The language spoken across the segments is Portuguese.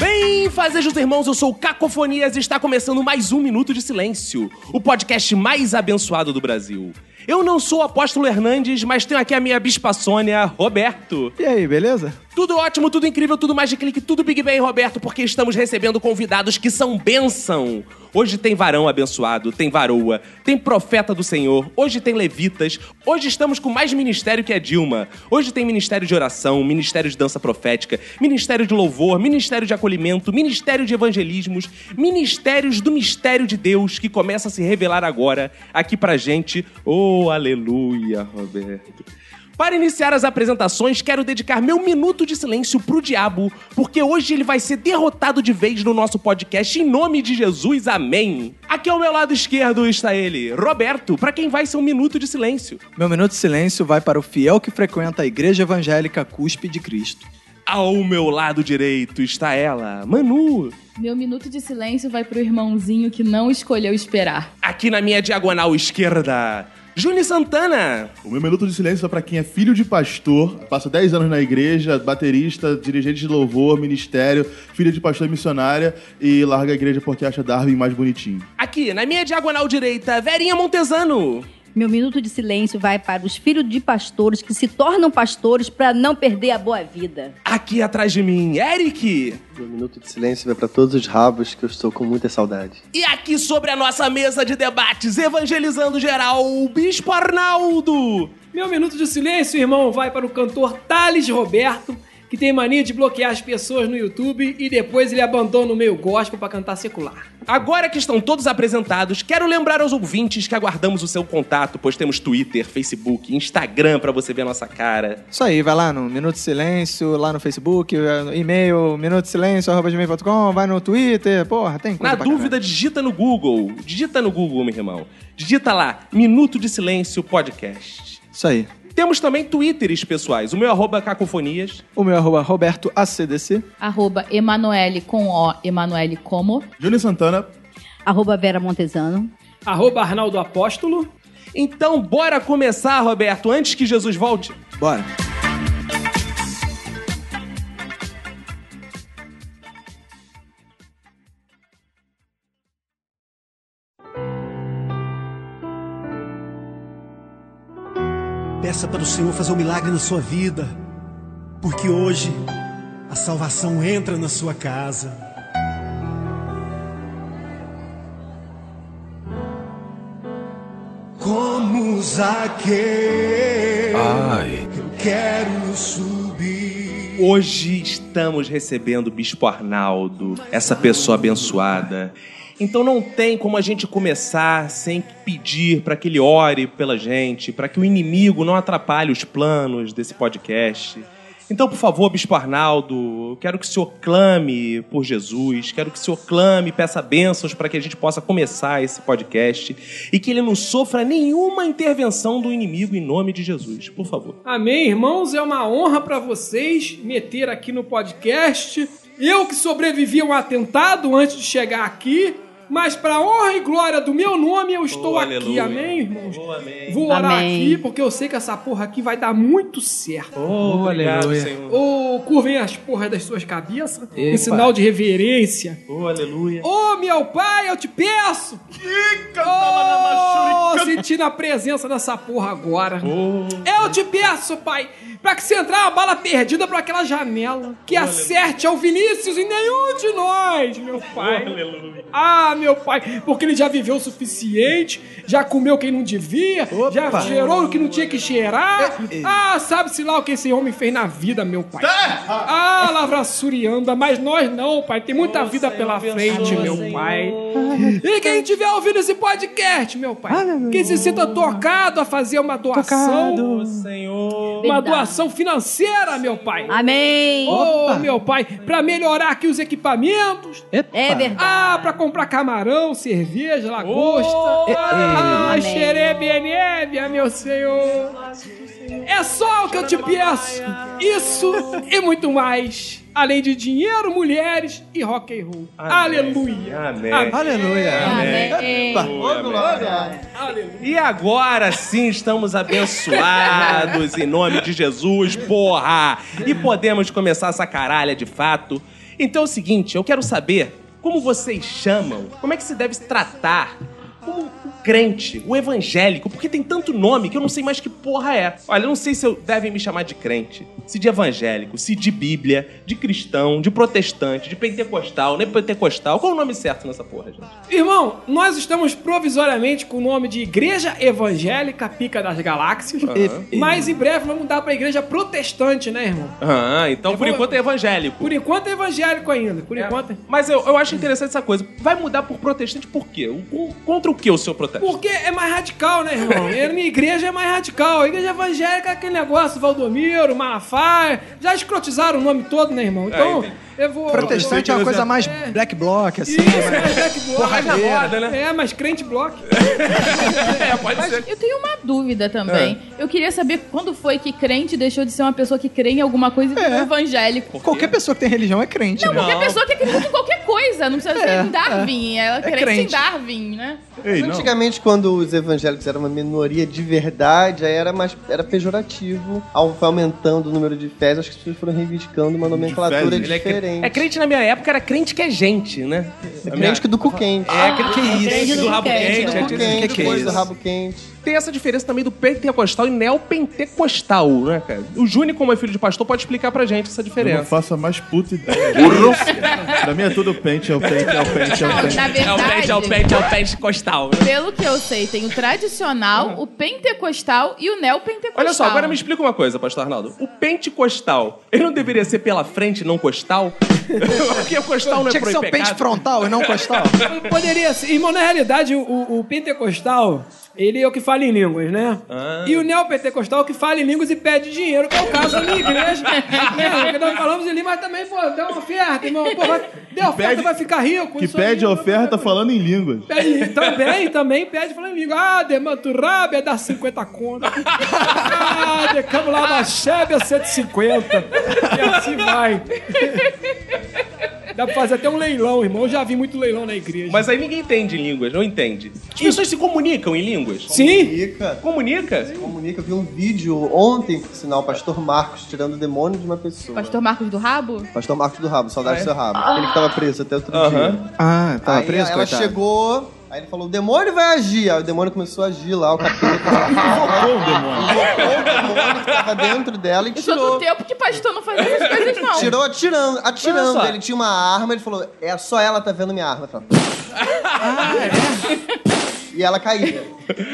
Bem, fazejos irmãos, eu sou o Cacofonias e está começando mais um Minuto de Silêncio, o podcast mais abençoado do Brasil. Eu não sou o apóstolo Hernandes, mas tenho aqui a minha bispa Sônia, Roberto. E aí, beleza? Tudo ótimo, tudo incrível, tudo mais de clique, tudo Big Bang, Roberto, porque estamos recebendo convidados que são bênção. Hoje tem varão abençoado, tem varoa, tem profeta do Senhor, hoje tem levitas, hoje estamos com mais ministério que a Dilma. Hoje tem ministério de oração, ministério de dança profética, ministério de louvor, ministério de acolhimento, ministério de evangelismos, ministérios do mistério de Deus que começa a se revelar agora aqui pra gente. Oh, aleluia, Roberto. Para iniciar as apresentações, quero dedicar meu minuto de silêncio pro diabo, porque hoje ele vai ser derrotado de vez no nosso podcast em nome de Jesus. Amém. Aqui ao meu lado esquerdo está ele, Roberto, para quem vai ser um minuto de silêncio. Meu minuto de silêncio vai para o fiel que frequenta a Igreja Evangélica Cuspe de Cristo. Ao meu lado direito está ela, Manu. Meu minuto de silêncio vai pro irmãozinho que não escolheu esperar. Aqui na minha diagonal esquerda, Juni Santana. O meu minuto de silêncio é pra quem é filho de pastor, passa 10 anos na igreja, baterista, dirigente de louvor, ministério, filho de pastor e missionária e larga a igreja porque acha Darwin mais bonitinho. Aqui na minha diagonal direita, Verinha Montesano. Meu minuto de silêncio vai para os filhos de pastores que se tornam pastores para não perder a boa vida. Aqui atrás de mim, Eric. Um minuto de silêncio vai pra todos os rabos que eu estou com muita saudade. E aqui sobre a nossa mesa de debates, evangelizando geral, o Bispo Arnaldo. Meu minuto de silêncio, irmão, vai para o cantor Thales Roberto, que tem mania de bloquear as pessoas no YouTube e depois ele abandona o meio gospel pra cantar secular. Agora que estão todos apresentados, quero lembrar aos ouvintes que aguardamos o seu contato, pois temos Twitter, Facebook, Instagram pra você ver a nossa cara. Isso aí, vai lá no Minuto de Silêncio, lá no Facebook, eh, no e-mail, minutodesilêncio.com, vai no Twitter, porra, tem coisa Na pra dúvida, digita no Google. Digita no Google, meu irmão. Digita lá, Minuto de Silêncio Podcast. caralho. Isso aí. Temos também Twitters pessoais. O meu arroba é cacofonias. O meu arroba é Roberto ACDC. Arroba Emanuele com O, Emanuele como. Júnior Santana, Arroba Vera Montesano. Arroba Arnaldo Apóstolo. Então, bora começar, Roberto, antes que Jesus volte. Bora. Peça para o Senhor fazer um milagre na sua vida, porque hoje a salvação entra na sua casa. Como Zaqueu, Ai. eu quero subir. Hoje estamos recebendo o Bispo Arnaldo, essa pessoa abençoada. Então não tem como a gente começar sem pedir para que ele ore pela gente, para que o inimigo não atrapalhe os planos desse podcast. Então, por favor, Bispo Arnaldo, eu quero que o senhor clame por Jesus, quero que o senhor clame, peça bênçãos para que a gente possa começar esse podcast e que ele não sofra nenhuma intervenção do inimigo em nome de Jesus, por favor. Amém, irmãos, é uma honra pra vocês meter aqui no podcast. Eu que sobrevivi a um atentado antes de chegar aqui, mas pra honra e glória do meu nome eu estou Oh, aqui. aleluia. Amém, irmãos. Oh, amém. Vou orar Amém. aqui porque eu sei que essa porra aqui vai dar muito certo. Oh, obrigado, aleluia. Senhor. Ou curvem as porras das suas cabeças, em Epa. sinal de reverência. Oh, aleluia. Ô meu pai, eu te peço! Oh, sentindo a presença dessa porra agora. Eu te peço, pai, pra que você entrar uma bala perdida pra aquela janela. Que acerte ao Vinícius e nenhum de nós, meu pai. Ah, meu pai, porque ele já viveu o suficiente, já comeu quem não devia, já cheirou o que não tinha que cheirar. Ah, sabe-se lá o que esse homem fez na vida, meu pai. Ah, lavra surianda, mas nós não, pai. Tem muita vida pela frente, meu pai. E quem estiver ouvindo esse podcast, meu pai, que se sinta tocado a fazer uma doação, Senhor. Uma Verdade. doação financeira, meu pai. Amém. Oh, Opa. meu pai, pra melhorar aqui os equipamentos. É verdade. Ah, pra comprar camarão, cerveja, lagosta. E- e- Ah, Amém. xerebenébia, ah, meu senhor. É só o que eu te peço. Isso e muito mais. Além de dinheiro, mulheres e rock and roll. Aleluia. Ah, Amém. Aleluia. É, Amém. Epa. E agora sim estamos abençoados em nome de Jesus, porra! E podemos começar essa caralha de fato. Então é o seguinte, eu quero saber como vocês chamam, como é que se deve se tratar como o crente, o evangélico, porque tem tanto nome que eu não sei mais que porra é. Olha, eu não sei se eu- devem me chamar de crente, se de evangélico, se de bíblia, de cristão, de protestante, de pentecostal, nem pentecostal. Qual é o nome certo nessa porra, gente? Irmão, nós estamos provisoriamente com o nome de Igreja Evangélica Pica das Galáxias. E- Mas em breve vamos mudar pra Igreja Protestante, né, irmão? Ah, então por vou- enquanto é evangélico. Por enquanto é evangélico ainda. Por enquanto. é- Mas eu, eu acho interessante essa coisa. Vai mudar por protestante por quê? O- o- contra o que o seu protesto? Porque é mais radical, né, irmão? E a minha igreja é mais radical. A igreja evangélica é aquele negócio, Valdomiro, Malafaia. Já escrotizaram o nome todo, né, É, irmão? Então, entendi. eu vou. Protestante é uma coisa mais black bloc, assim. Isso, né? mas é que bloco. mais na moda, né? É, mas crente bloco. É, pode ser. Eu tenho uma dúvida também. Eu queria saber quando foi que crente deixou de ser uma pessoa que crê em alguma coisa e virou evangélico. Qualquer pessoa que tem religião é crente, né? Qualquer pessoa que acredita em qualquer coisa, não precisa É, ser em Darwin. Ela crente, em crente. Darwin, né? Ei, não. Antigamente, quando os evangélicos eram uma minoria de verdade, aí era mais era pejorativo. Ao foi aumentando o número de fezes, acho que as pessoas foram reivindicando uma nomenclatura fezes? Ele é, cre- diferente. é né? crente na minha época, era crente que é gente, né? É crente que do cu quente. É, crente isso? crente do rabo Crente quente. do do cu é disso. quente, que que é depois do isso? rabo quente. Tem essa diferença também do pentecostal e neopentecostal, né, cara? O Júnior, como é filho de pastor, pode explicar pra gente essa Eu não é diferença. faço a mais puta ideia. Burro! pra mim é tudo pente, é o pente, é o pente, é o Não, pente. na verdade, é o pentecostal. né? pelo que eu sei, tem o tradicional, o pentecostal e o neopentecostal. Olha só, agora me explica uma coisa, pastor Arnaldo. O pentecostal, ele não deveria ser pela frente, não costal? Porque o costal não é Tinha que ser um pente proibecado. frontal e não costal. Poderia ser. Irmão, na realidade, o, o pentecostal, ele é o que fala em línguas, né? Ah. E o neopentecostal é o que fala em línguas e pede dinheiro, que é o caso da minha igreja. né? Porque nós falamos em línguas, mas também, pô, dá uma oferta, irmão. Pô, vai, dê oferta, pede- vai ficar rico. Que isso aí, pede a não- oferta falando em línguas. Pede, também, também pede falando em língua. Ah, Demanturabia dá 50 conto. Ah, Decamo Labachébia 150. E assim vai. Dá pra fazer até um leilão, irmão. Eu já vi muito leilão na igreja. Mas aí ninguém entende línguas, não entende. As pessoas se comunicam em línguas. Sim? Comunica. Comunica? Comunica. Eu vi um vídeo ontem, por sinal, o pastor Marcos tirando o demônio de uma pessoa. Pastor Marcos do Rabo? Pastor Marcos do Rabo, saudade do seu rabo. Ele que tava preso até outro Ah. Aham. dia. Ah, tá aí preso, ela coitado. chegou, aí ele falou, o demônio vai agir. Aí o demônio começou a agir lá, o capeta. Invocou o demônio. o demônio que tava dentro dela e Eu sou do tirou. tempo que pastor não fazia essas coisas, não. Tirou atirando, Olha atirando. só. Ele tinha uma arma, ele falou, é só ela tá vendo minha arma. Eu falei, "Ah, é?" E ela caía.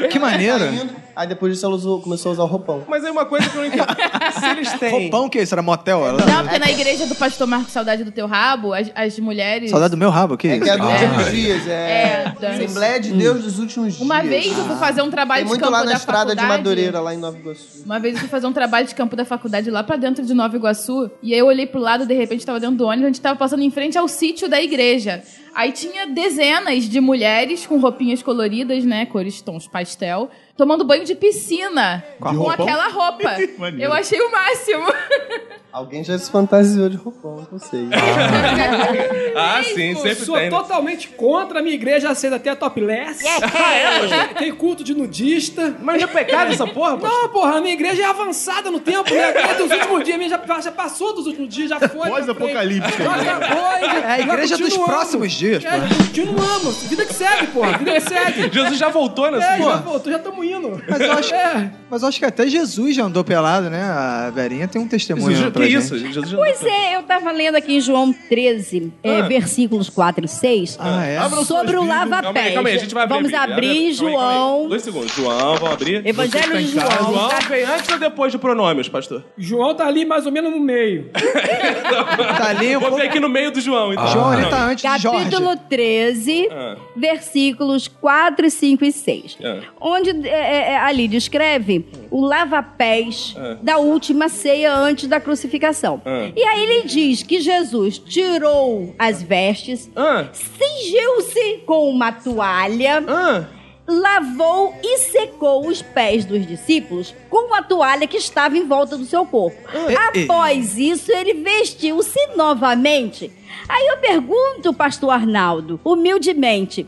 Que maneiro. Caindo, aí depois disso ela usou- começou a usar o roupão. Mas aí uma coisa que eu não entendo. se eles têm. Roupão que é isso? Era motel? Ela... Não, porque na igreja do pastor Marcos Saudade do Teu Rabo, as, as mulheres. né? Saudade do meu rabo, Hum. que É isso? que é dos Ah. últimos dias, é. É, da- Assembleia de Deus dos últimos dias. Uma vez eu fui fazer um Tem trabalho de muito campo lá na da estrada de faculdade. Madureira, lá em Nova Iguaçu. Uma vez eu fui fazer um trabalho de campo da faculdade lá pra dentro de Nova Iguaçu, e aí eu olhei pro lado, de repente tava dentro do ônibus, a gente tava passando em frente ao sítio da igreja. Aí tinha dezenas de mulheres com roupinhas coloridas, né, cores tons pastel, tomando banho de piscina Com com, a roupão? aquela roupa. Maneiro. eu achei o máximo. Alguém já se fantasiou de roupão, não sei. Ah, sim, Eu sempre sou tem. né? totalmente contra, a minha igreja aceita até topless. Tem culto de nudista. Mas não é pecado essa porra, pô? Não, porra, a minha igreja é avançada no tempo, né? A igreja dos últimos dias, a minha já, já passou dos últimos dias, já foi. pra frente. Pós-apocalíptica. Já acabou, É a igreja dos próximos dias, É, continuamos. Vida que segue, porra. Vida que segue. Jesus já voltou nessa É, já porra. voltou, já estamos indo. Mas eu acho- É. Mas eu acho que até Jesus já andou pelado, né? A Verinha tem um testemunho Jesus, pra isso. Jesus não- Pois é, eu tava lendo aqui em João 13, Ah. é, versículos 4 e 6, Ah, é? Abra sobre o lava-pés. Calma aí, calma aí, a gente vai abrir. Vamos Bíblia. abrir Abre- calma aí, em calma aí. João. Dois segundos. João, vamos abrir. Evangelho de João. João. João vem antes ou depois de pronômios, pastor? João tá ali mais ou menos no meio. Tá ali. um Vou ver aqui no meio do João, então. Não. Capítulo 13, Ah. versículos 4, 5 e 6. Ah. Onde é, é, é, ali descreve o lava-pés Ah. da última ceia antes da crucificação. Ah. E aí ele diz que Jesus tirou as vestes, Ah. cingiu-se com uma toalha, lavou e secou os pés dos discípulos com a toalha que estava em volta do seu corpo. Eh, eh. Após isso, ele vestiu-se novamente. Aí eu pergunto, pastor Arnaldo, humildemente,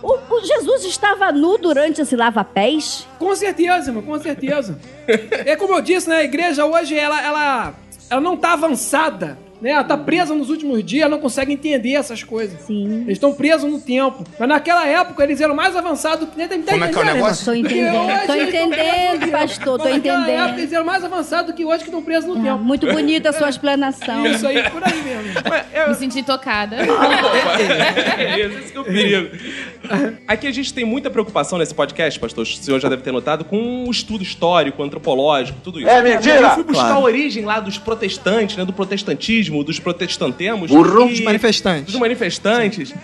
o, o Jesus estava nu durante esse lava-pés? Com certeza, irmão, com certeza. É como eu disse, né? A igreja hoje, ela, ela, ela não tá avançada. Né? Ela tá presa nos últimos dias, ela não consegue entender essas coisas. Sim. Eles estão presos no tempo. Mas naquela época eles eram mais avançados que nem tá Como é que é o entendendo, negócio? irmão? Tô entendendo, Porque hoje tô eles tão presos entendendo, no tempo. pastor, tô Mas naquela entendendo. Ah, época Eles eram mais avançados que hoje que estão presos no tempo. Muito bonita a sua explanação. Isso aí, por aí mesmo. Me senti tocada. É isso, esse que é o perigo. Aqui a gente tem muita preocupação nesse podcast, pastor. O senhor já deve ter notado, com o estudo histórico, antropológico, tudo isso. É mentira! Eu fui buscar Claro. a origem lá dos protestantes, né? Do protestantismo, dos protestantemos. Burro. e- Dos manifestantes. Dos manifestantes.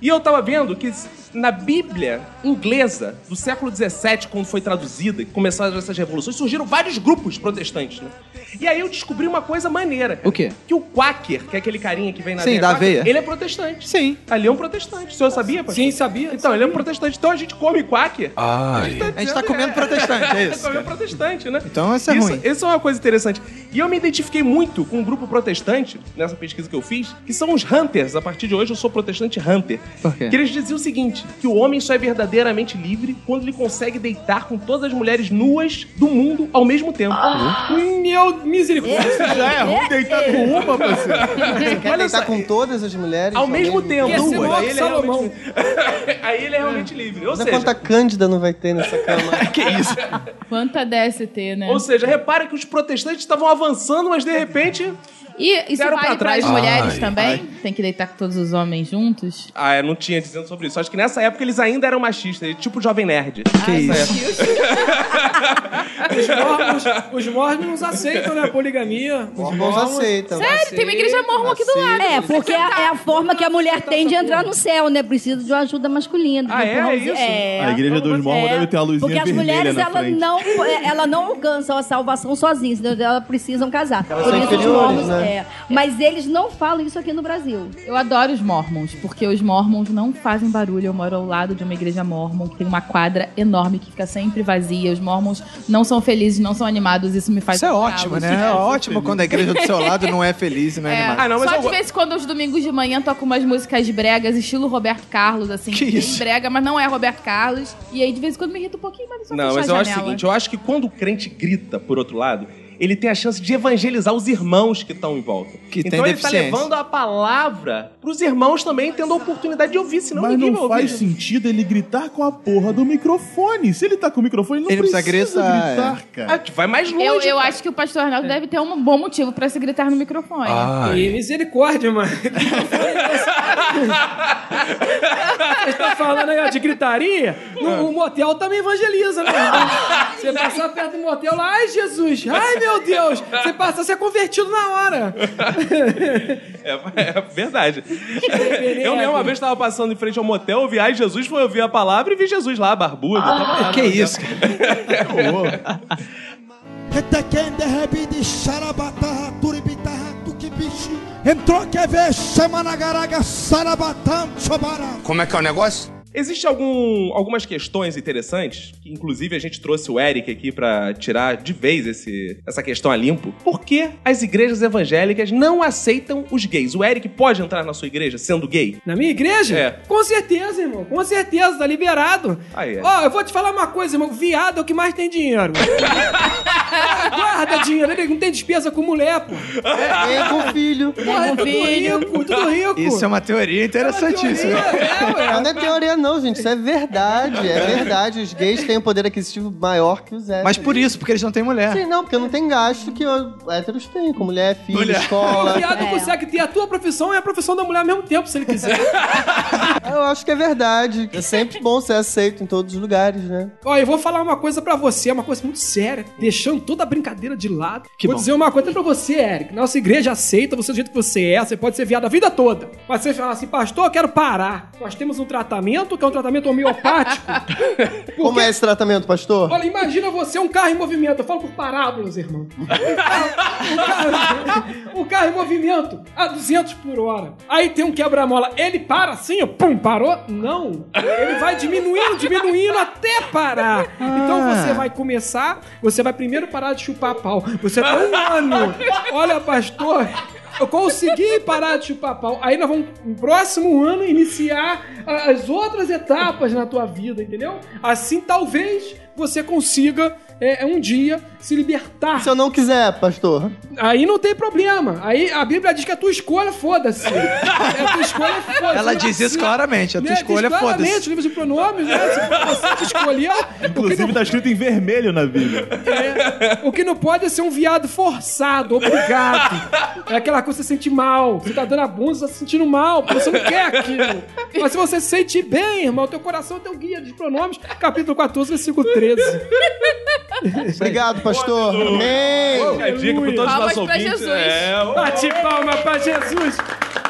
E eu tava vendo que na Bíblia inglesa do século XVII, quando foi traduzida e começaram essas revoluções, surgiram vários grupos protestantes, né? E aí eu descobri uma coisa maneira. cara. O quê? Que o Quaker, que é aquele carinha que vem na Sim, veia da quaker, veia. Ele é protestante. Sim. Ali é um protestante. O senhor sabia, pastor? Sim, sabia. Então, ele é um protestante. Então a gente come Quaker. Ai. A gente tá comendo protestante, é isso. comendo protestante, né? Então isso é isso, ruim. Isso é uma coisa interessante. E eu me identifiquei muito com um grupo protestante, nessa pesquisa que eu fiz, que são os Hunters. A partir de hoje eu sou protestante Hunter. Por quê? Que eles diziam o seguinte: que o homem só é verdadeiramente livre quando ele consegue deitar com todas as mulheres nuas do mundo ao mesmo tempo. Meu misericórdia! Isso já é ruim deitar com uma, parceiro. assim. Você quer deitar com todas as mulheres? Ao né? mesmo tempo, Duas. aí ele, é realmente, aí ele é realmente livre. Ou Olha seja, quanta cândida não vai ter nessa cama. que isso? Quanta DST, né? Ou seja, repara que os protestantes estavam avançando, mas de repente. E isso deram vale pra trás. pras mulheres Ai, também? ai. Tem que deitar com todos os homens juntos? Ah, eu não tinha dizendo sobre isso. Acho que nessa época eles ainda eram machistas, tipo jovem nerd. Que Ah, isso? Os mormons, os mormons aceitam, né? A poligamia. Os Mormons aceitam. Sério, tem uma igreja mormon aqui do lado. É, porque é, é a forma que a mulher tem de entrar no céu, né? Precisa de uma ajuda masculina. Ah, de um é? empurrãozinho. Isso? É. A igreja dos mormons É, deve ter uma luzinha Porque as vermelha mulheres, na ela frente. não, é, ela não alcançam a salvação sozinhas, entendeu? elas precisam casar. Elas são os inferiores, mormons- né? é. Mas eles não falam isso aqui no Brasil. Eu adoro os mormons, porque os mormons não fazem barulho. Eu moro ao lado de uma igreja mormon que tem uma quadra enorme que fica sempre vazia. Os mormons não são felizes, não são animados. Isso me faz Isso um é adorá-los. ótimo, né? É ótimo quando a igreja do seu lado não é feliz né, e não é, É, animada. só de vez em quando, aos domingos de manhã, toco umas músicas bregas, estilo Roberto Carlos, assim. Que bem isso? brega, mas não é Roberto Carlos. E aí, de vez em quando, me irrita um pouquinho, mas é só Não, fechar mas a eu acho o janela. seguinte: eu acho que quando o crente grita, por outro lado, ele tem a chance de evangelizar os irmãos que estão em volta. Que tem então ele tá deficiência. levando a palavra pros irmãos também, tendo a oportunidade de ouvir, senão Mas ninguém não vai ouvir. faz sentido ele gritar com a porra do microfone. Se ele tá com o microfone, ele não Ele precisa, precisa gritar, gritar, cara. É, Vai mais longe. Eu, eu acho que o pastor Arnaldo É. deve ter um bom motivo pra se gritar no microfone. Ah, E misericórdia, mano. Vocês estão falando aí ó, de gritaria? No, o motel também evangeliza, né? Você passar perto do motel lá, ai Jesus, ai meu Deus! Você passa, você é convertido na hora. É, é verdade. eu mesmo, uma vez, tava passando em frente ao motel, ouvi, ai, Jesus, foi ouvir a palavra e vi Jesus lá, barbudo. tava lá Ah, Que no motel. isso, Retequende, rebide, xarabatarra, turibitarra, tuquibiche. Entrou, quer ver, chama na garaga, sarabatam, chobará. Como é que é o negócio? Existem algum, algumas questões interessantes, que inclusive a gente trouxe o Eric aqui pra tirar de vez esse, essa questão a limpo. Por que as igrejas evangélicas não aceitam os gays? O Eric pode entrar na sua igreja sendo gay? Na minha igreja? É. Com certeza, irmão. Com certeza, tá liberado. Aí, é. Ó, eu vou te falar uma coisa, irmão. Viado é o que mais tem dinheiro. Guarda dinheiro, ele não tem despesa com mulher, pô. É, é com filho. Porra, é tudo rico, tudo rico. Isso é uma teoria interessantíssima. É, ué. Não é teoria, não, gente. Isso é verdade. É verdade. Os gays têm um poder aquisitivo maior que os héteros. Mas por isso, porque eles não têm mulher. Sim, não, porque não tem gasto que os héteros têm, com mulher, É. filho, escola. O viado consegue ter a tua profissão e a profissão da mulher ao mesmo tempo, se ele quiser. Eu acho que é verdade. É sempre bom ser aceito em todos os lugares, né? Ó, eu vou falar uma coisa pra você, é uma coisa muito séria, deixando toda a brincadeira de lado. vou dizer uma coisa pra você, Eric. Nossa igreja aceita você do jeito que você é, você pode ser viado a vida toda. Mas você fala assim, pastor, eu quero parar. Nós temos um tratamento que é um tratamento homeopático. Como é esse tratamento, pastor? Olha, imagina você, um carro em movimento. Eu falo por parábolas, irmão. Um carro, um carro em movimento a 200 por hora. Aí tem um quebra-mola. Ele para assim, ó, pum, parou? Não. Ele vai diminuindo, diminuindo até parar. Ah. Então você vai começar, você vai primeiro parar de chupar pau. Você tem um ano. Olha, pastor. Eu consegui parar de chupar pau. Aí nós vamos, no próximo ano, iniciar a- as outras etapas na tua vida, entendeu? Assim, talvez você consiga é, um dia se libertar. Se eu não quiser, pastor. Aí não tem problema. Aí a Bíblia diz que a tua escolha, foda-se. A tua escolha, foda-se. Ela diz isso claramente, a tua Né? Diz escolha, claramente, foda-se. os livros de pronomes, né? Você que escolheu. Inclusive tá escrito em vermelho na Bíblia. O que não pode é ser um viado forçado, obrigado. É aquela coisa que você sente mal. Você tá dando a bunda, você tá se sentindo mal, porque você não quer aquilo. Mas se você se sentir bem, irmão, teu coração é teu guia de pronomes, capítulo 14, versículo 13. Obrigado, pastor. é Fica a Amém. dica pra todos os Palmas nossos pra ouvintes. Jesus. É, ó. Bate palma pra Jesus.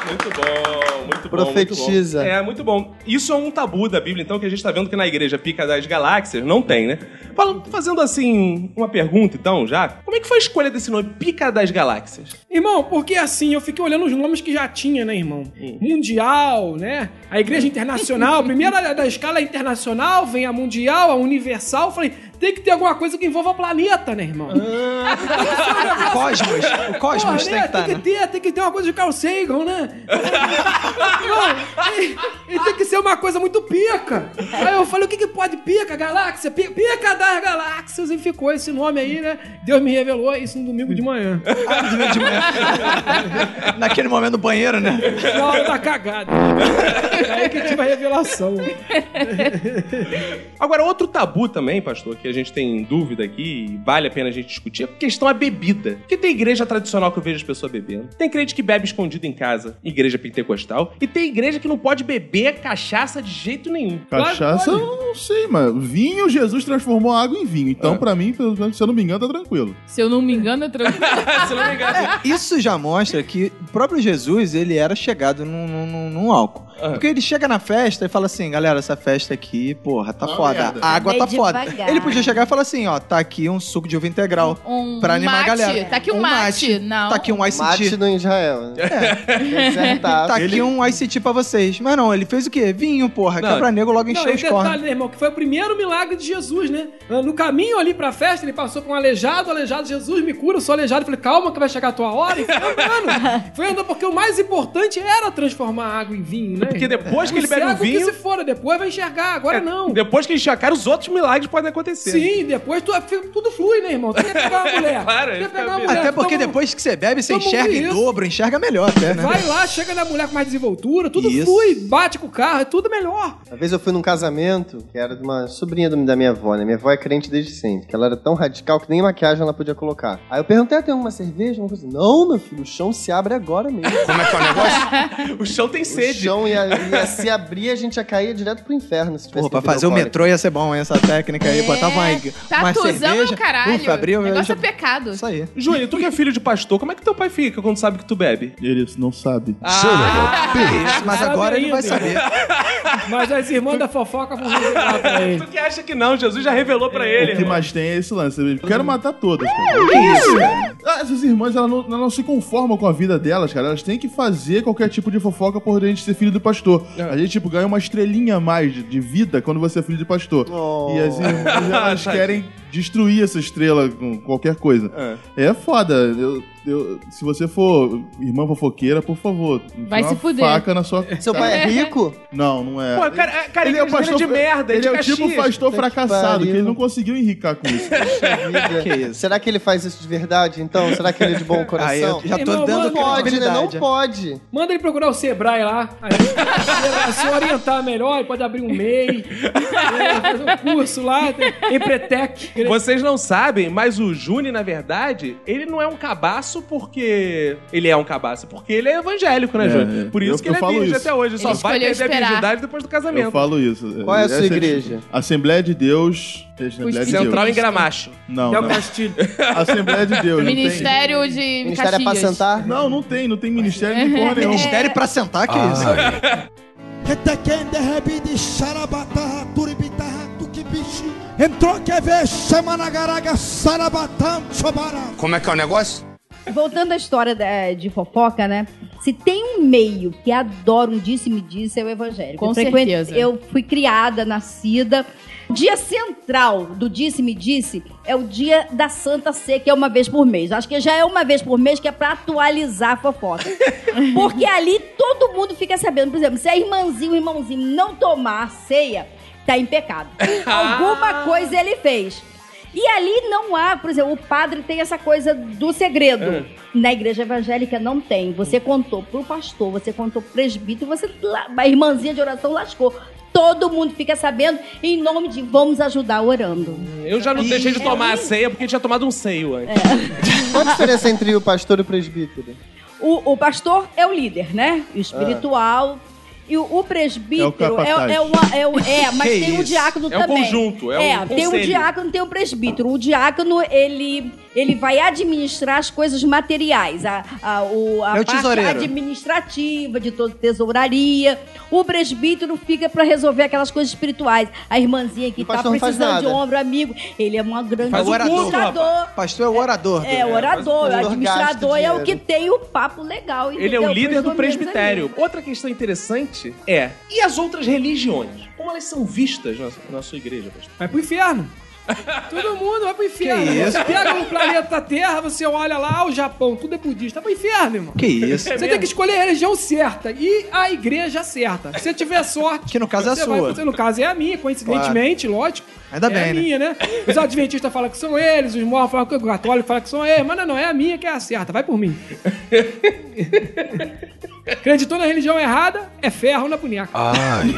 Muito bom, muito bom. Profetiza. muito bom. É, muito bom. Isso é um tabu da Bíblia, então, que a gente tá vendo que na igreja Pica das Galáxias não tem, né? Fala- Fazendo assim, uma pergunta, então, já. Como é que foi a escolha desse nome, Pica das Galáxias? Irmão, porque assim, eu fiquei olhando os nomes que já tinha, né, irmão? Hum. Mundial, né? A Igreja Internacional, primeiro da- da escala internacional, vem a Mundial, a Universal. Eu Falei, tem que ter alguma coisa que envolva o planeta, né, irmão? O Cosmos. O Cosmos Porra, Ah, tem que tá, né? estar, tem né? que ter, tem que ter uma coisa de Carl Sagan, né? Não, e, e tem que ser uma coisa muito pica. Aí eu falei, o que que pode pica, galáxia? Pica, pica das galáxias. E ficou esse nome aí, né? Deus me revelou isso no domingo de manhã. Naquele momento do banheiro, né? Na É hora da cagada. É aí que tive a revelação. Agora, outro tabu também, pastor, que a gente tem dúvida aqui e vale a pena a gente discutir, é a questão da bebida. Porque tem igreja tradicional que eu vejo as pessoas bebendo, tem crente que bebe escondido em casa, igreja pentecostal, e tem igreja que não pode beber cachaça de jeito nenhum. Cachaça, Claro que eu não sei, mano. Vinho, Jesus transformou água em vinho. Então, pra mim, pelo menos, se eu não me engano, tá tranquilo. Se eu não me engano, é tranquilo. pode. Se não me engano. Isso já mostra que o próprio Jesus, ele era chegado num, num- num- num álcool. É. Ah. Porque ele chega na festa e fala assim, galera, essa festa aqui, porra, tá Tá foda. merda. A água Bem tá foda. devagar. Ele podia chegar e falar assim, ó, tá aqui um suco de uva integral. Um Pra animar a mate. galera. Tá aqui um, Um mate. mate. Não. Tá aqui um ice Mate tea. no Israel. né? Tem que acertar. Tá aqui um ice tea pra vocês. Mas não, ele fez o quê? Vinho, porra. Não, Que é pra nego logo Não, encher e o os cornos. detalhe, né, irmão, que foi o primeiro milagre de Jesus, né? No caminho ali pra festa, ele passou por um aleijado, aleijado, Jesus me cura, eu sou aleijado. Eu falei, calma que vai chegar a tua hora. E foi andando. Foi andando, porque o mais importante era transformar água em vinho, né? Porque depois que ele O bebe o cego vinho- É, que se for, depois vai enxergar, agora não. Depois que encher a cara, os outros milagres podem acontecer. Sim, depois tu, fica- tudo flui, né, irmão? Tu quer pegar uma mulher. Claro, tu ele quer fica pegar uma bem- mulher. Até porque toma- depois que você bebe, você toma um enxerga em isso. dobro, enxerga melhor até, né? Vai lá, chega na mulher com mais desenvoltura, tudo Isso. flui, bate com o carro, é tudo melhor. Uma vez eu fui num casamento que era de uma sobrinha do- da minha avó, né? Minha avó é crente desde sempre, que ela era tão radical que nem maquiagem ela podia colocar. Aí eu perguntei, ah, tem uma cerveja? Uma coisa. Não, meu filho, o chão se abre agora mesmo. Como é que é o negócio? O chão tem o sede. chão ia, ia se abrir, a gente ia cair direto pro inferno. Se Porra, tivesse pra bebido fazer o alcoólico. metrô ia ser bom, hein? Essa técnica aí. É, Botava uma, uma Tatuzão é cerveja. o caralho. Ufa, abriu, o negócio é deixa- pecado. Isso aí. Joelho, tu que é filho de pastor, como é que teu pai fica quando sabe que tu bebe? E Ele não sabe. Mas Sabe agora ele vai ainda. saber. Mas as irmãs da fofoca vão revelar pra ele. Tu que acha que não, Jesus já revelou pra ele. O que irmão. mais tem é esse lance. Eu quero matar todas. Cara. Isso! Essas irmãs, elas não, elas não se conformam com a vida delas, cara. Elas têm que fazer qualquer tipo de fofoca por a gente ser filho do pastor. A gente, tipo, ganha uma estrelinha a mais de, de vida quando você é filho de pastor. Oh. E as Ah. irmãs, elas querem destruir essa estrela com qualquer coisa. É foda. Eu, eu- se você for irmã fofoqueira, por favor, Vai dá se uma fuder. faca na sua Seu pai é rico? Não, não é. Pô, cara, cara, ele é um pastor de merda, Ele de é o tipo Caxias. pastor Puta que fracassado, que pariu. ele não conseguiu enricar com isso. É Que isso? Será que ele faz isso de verdade, então? Será que ele é de bom coração? Aí eu já tô Irmão, dando Não pode, né? Não credibilidade. pode. Manda ele procurar o Sebrae lá. Aí, se orientar melhor, ele pode abrir um MEI, é, fazer um curso lá, tem- Empretec. Vocês não sabem, mas o Juni, na verdade, ele não é um cabaço porque ele é um cabaço, porque ele é evangélico, né, É, Juni? Por isso eu- que ele eu é falo virgem isso. até hoje. Ele Só vai escolheu perder a esperar. virgindade depois do casamento. Eu falo isso. Qual é a sua Essa igreja? Assembleia de Deus. Assembleia de Central Deus. em Gramacho. Não, Del não. Assembleia de Deus. não tem- Ministério de é é Caxias. É Não, não tem, não tem ministério de porra nenhuma. é Ministério pra sentar, que Ah. isso? Retequende rebide xarabataha turibitaha tukibishi. Entrou que vê xamanagaraga sarabatam chobara. Como é que é o negócio? Voltando à história da- de fofoca, né? Se tem um meio que adora um disse-me-disse, é o evangélico. Com eu frequen- certeza. Eu fui criada, nascida. O dia central do disse-me-disse é o dia da Santa Sé, que é uma vez por mês. Acho que já é uma vez por mês, que é pra atualizar a fofoca. Porque ali todo mundo fica sabendo. Por exemplo, se a irmãzinha ou irmãozinho não tomar a ceia, tá em pecado. Alguma coisa ele fez. E ali não há, por exemplo, o padre tem essa coisa do segredo. É. Na igreja evangélica não tem. Você contou pro pastor, você contou pro presbítero, você lá- a irmãzinha de oração lascou. Todo mundo fica sabendo em nome de vamos ajudar orando. Eu já não deixei é de tomar a ceia porque tinha tomado um seio antes. Qual a diferença entre o pastor e o presbítero? O, o pastor é o líder, né? O espiritual. E o, o presbítero É o capataz. é, é uma- é o- é, mas Que tem o isso? diácono É um também. conjunto, é um tem o conselho. diácono e tem o presbítero. O diácono, ele, ele vai administrar as coisas materiais, a, a, o- a É o parte tesoureiro. administrativa de toda tesouraria. O presbítero fica pra resolver aquelas coisas espirituais. A irmãzinha que o tá pastor não faz precisando de nada. ombro, amigo, ele é uma grande Faz o orador. administrador. Pastor é o orador. É, o orador, o administrador é o que dinheiro. tem o papo legal. Ele é o então, entendeu? líder do Pros homens presbitério. Outra questão interessante é: e as outras religiões? Como elas são vistas na, na sua igreja, pastor? Vai pro inferno. Todo mundo vai pro inferno. Que isso? Você pega o planeta Terra, você olha lá, o Japão, tudo é budista. Vai pro inferno, irmão. Que isso? Você É tem mesmo? que escolher a religião certa e a igreja certa. Se você tiver sorte. Que no caso é a sua. no caso é a minha, coincidentemente, lógico. Ainda é bem, a né? minha, né? Os adventistas falam que são eles, os mormons falam que o católico fala que são eles, mas não, não, é a minha que é a certa, vai por mim. Acreditou na religião errada, é ferro na boneca. Ai.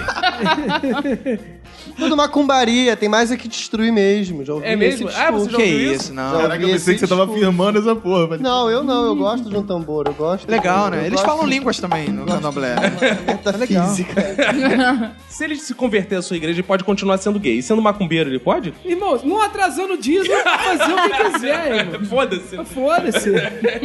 Tudo macumbaria, tem mais é que destruir mesmo. Já ouvi É mesmo? Esse Ah, você discurso. já ouviu Que isso? isso, Já Caraca, eu ouvi pensei esse que você tava discurso. firmando essa porra. mas- Não, eu não, eu gosto de um tambor, eu gosto. Legal, né? Eu Eles gosto falam de- línguas também no candomblé. É Metafísica. se ele se converter à sua igreja, ele pode continuar sendo gay. E sendo macumbeiro, ele pode? Irmãos, não atrasando o dízimo, fazer o que quiser, irmão. Foda-se. Foda-se.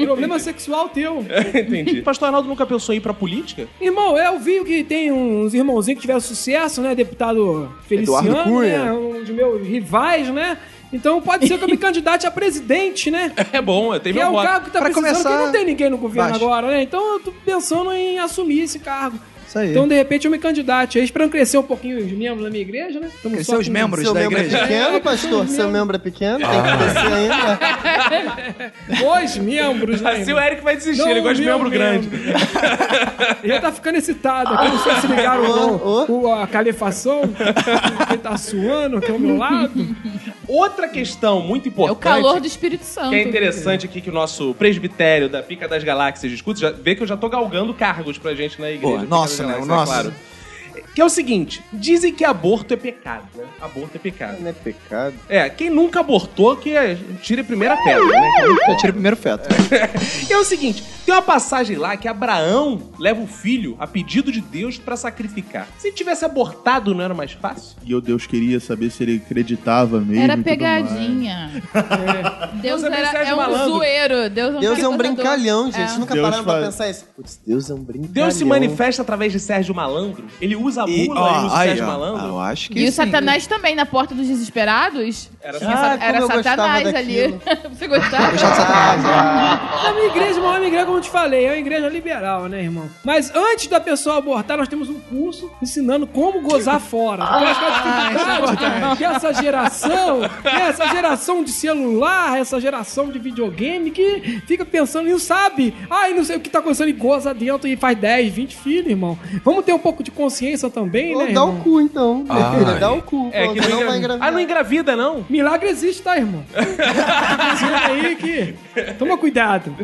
Problema é sexual teu. Entendi. Pastor Arnaldo nunca pensou em ir pra política? Irmão, é, eu vi que tem uns irmãozinhos que tiveram sucesso, né? Deputado Feliciano, Eduardo Cunha. né? Um dos meus rivais, né? Então pode ser que eu me candidate a presidente, né? É bom, eu tenho Que meu é um voto. cargo que tá Pra precisando, que não tem ninguém no governo Baixo. agora, né? Então eu tô pensando em assumir esse cargo. Isso É. aí. Então, de repente, eu me candidato. Aí, esperando crescer um pouquinho os membros da minha igreja, né? Tamo só com- Seu membro é pequeno, pastor? Seu membro é pequeno? Tem Ah. que crescer ainda. Dois membros, né? Assim o Eric vai desistir, ele gosta de meu membro grande. Ele já tá ficando excitado aqui, não sei se ligaram o, o- a calefação, ele tá suando aqui ao meu lado. Outra questão muito importante. Calor do Espírito Santo. Que é interessante aqui que o nosso presbitério da Pica das Galáxias discute. Já vê que eu já tô galgando cargos pra gente na igreja. Boa, Pica nosso, das né? Galáxias, O nosso. Que é o seguinte: dizem que aborto é pecado, né? Aborto é pecado. Não é pecado. É, quem nunca abortou, que é, tira a primeira pedra, né? Tira o primeiro feto. E é o seguinte, tem uma passagem lá que Abraão leva o filho a pedido de Deus pra sacrificar. Se tivesse abortado, não era mais fácil? E eu, Deus, queria saber se ele acreditava mesmo. e Era tudo pegadinha. Deus, Deus é era, Sérgio é um Malandro. zoeiro. Deus é um, Deus é um caçador. brincalhão, gente. É. Vocês nunca Deus pararam pra faz- pensar isso. Putz, Deus é um brincalhão. Deus se manifesta através de Sérgio Malandro. Ele usa a bula E, e, ó, usa aí, os pés ó. Ah, Ah, malandro? Eu acho E o Satanás também, na Porta dos Desesperados. Era, Satanás. era Ah, como eu Satanás gostava ali. Ah, Você gostava? Ah, A minha igreja, uma igreja, como eu te falei, é uma igreja liberal, né, irmão? Mas antes da pessoa abortar, nós temos um curso ensinando como gozar fora. Porque as dificuldades é né? que essa geração, né, essa geração de celular, essa geração de videogame que fica pensando e não sabe. Ai, não sei o que tá acontecendo e goza dentro e faz 10, 20 filhos, irmão. Vamos ter um pouco de consciência também, Ou né? dá irmão? o cu, então. Ai. dá o cu. É, pô, que senão não engra- vai engravidar. Ah, não engravida, não? Milagre existe, tá, irmão? Tá dizendo aí que. Toma cuidado.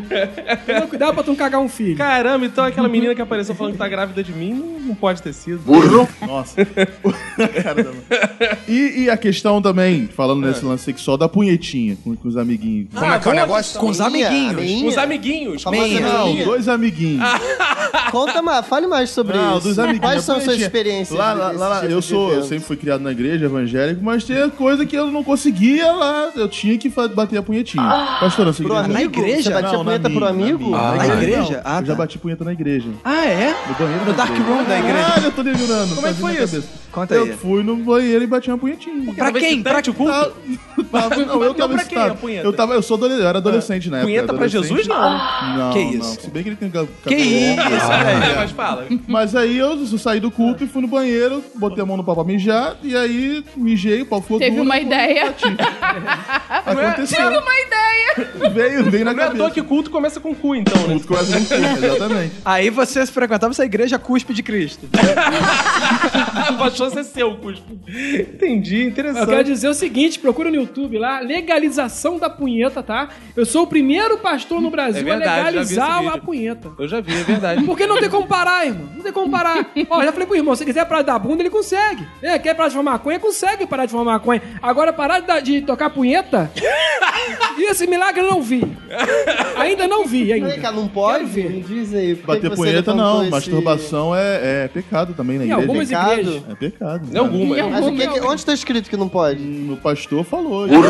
Toma cuidado pra tu não cagar um filho. Caramba, então aquela menina que apareceu falando que tá grávida de mim não, não pode ter sido. Burro. Nossa. E, e a questão também, falando É. nesse lance sexual, da punhetinha com, com os amiguinhos. Ah, Como é que é o negócio? Com os amiguinhos. Com os amiguinhos. é Não, dois amiguinhos. Conta mais, fale mais sobre Não, Ah, isso. Ah, dos amiguinhos. Quais são a suas punhetinha. experiências? Lá, lá, desse lá, tipo eu de sou, eu evento? sempre fui criado na igreja evangélica, mas tinha coisa que eu não conseguia lá. Eu tinha que fa- bater a punhetinha. Ah! Pastor, eu sou Pro igreja. amigo? Você batia Não, na punheta pro minha, amigo? minha. Ah, na igreja? Não, eu já bati punheta na igreja. Ah, é? No banheiro No da dark room da igreja. Caralho, eu tô delirando. Como é que tá vindo foi na isso? cabeça. Conta eu aí. fui no banheiro e bati uma punhetinha. Pra quem? Pra o culto? não, eu Não, tava pra quem a excitado. punheta? Eu tava, eu sou adolescente, eu era adolescente na época. Punheta pra É, adolescente. Ah. Jesus, não. Não, Que não. isso? Se bem que ele tem cabelo Que isso? longo, né? É, mas fala. mas aí eu, eu saí do culto e fui no banheiro, botei a mão no pau pra mijar, e aí mijei, o pau ficou Teve duro, uma eu ideia. Aconteceu. Tive uma ideia. Veio, veio na não cabeça. Não é à toa que culto começa com cu, então, né? Culto começa com cu, um exatamente. Aí você frequentava essa igreja cuspe de Cristo. Baixou ser seu, cuspo. Entendi, interessante. Eu quero dizer o seguinte, procura no YouTube lá, legalização da punheta, tá? Eu sou o primeiro pastor no Brasil É verdade, a já vi esse legalizar vídeo. a punheta. Eu já vi, é verdade. Porque não tem como parar, irmão. Não tem como parar. Ó, já falei pro irmão, se quiser parar de dar bunda, ele consegue. É, quer parar de fumar maconha, consegue parar de fumar maconha. Agora, parar de, dar- de tocar punheta? E esse milagre eu não vi. Ainda não vi, ainda. Vem cá, não pode? Me diz aí. por que que Bater você punheta levantou não, esse- masturbação é, é pecado também na Em igreja. algumas Pecado? igrejas. É pecado. Em algumas. Em Mas o que algumas. que- onde tá escrito que não pode? O pastor falou. ele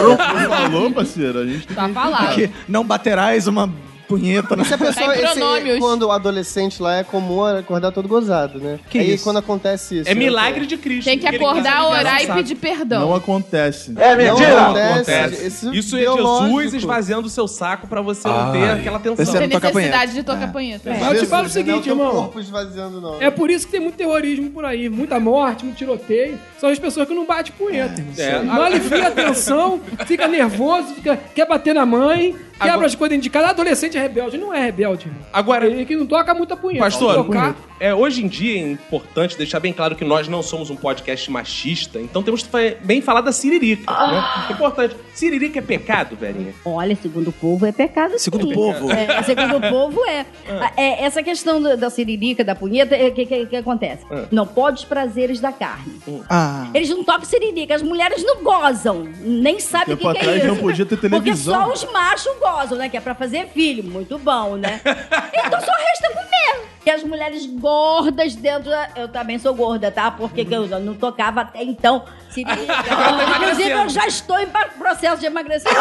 falou, parceiro. A gente tem Tá que- falado. Que não baterás uma punheta. Mas se é a pessoa, Tá em pronômios. esse, quando o adolescente lá é comum acordar todo gozado, né? Que aí isso? quando acontece isso. É né, milagre pô? de Cristo. Tem que porque ele acordar, quis orar e avisar. pedir perdão. acontece. É mentira! Não acontece. acontece. Isso Isso é biológico. Jesus esvaziando o seu saco pra você não ter Ai. aquela tensão. é Você não toca Necessidade de tocar punheta. Mas eu te falo o seguinte, não é o teu irmão. corpo esvaziando, não. É por isso que tem muito terrorismo por aí, muita morte, muito tiroteio. São as pessoas que não batem punheta. irmão. É. Não alivia a tensão, fica nervoso, fica- quer bater na mãe, quebra as coisas dentro de casa. Adolescente é rebelde, não é rebelde. irmão. Agora- Ele que não toca muita punheta. Pastor, tocar, é, hoje em dia é importante deixar bem claro que nós não somos um podcast machista, então temos que fa- bem falar da siririca. Ah. Né? Importante. Siririca é pecado, velhinha? Olha, segundo o povo é pecado. Segundo sim. o povo. É, segundo o povo é. Ah, é, Essa questão do- da siririca, da punheta, o que, que- que acontece? Ah. Não pode os prazeres da carne. Ah. Eles não tocam siririca, as mulheres não gozam, nem sabem o que, Tempo que é atrás isso. não podia ter Porque televisão. só os machos gozam, né? Que é pra fazer filho, muito bom, né? então só resta comer. E as mulheres gordas dentro da... Eu também sou gorda, tá? Porque que eu não tocava até então siririca. tá Inclusive, eu já estou em pa- processo de emagrecimento.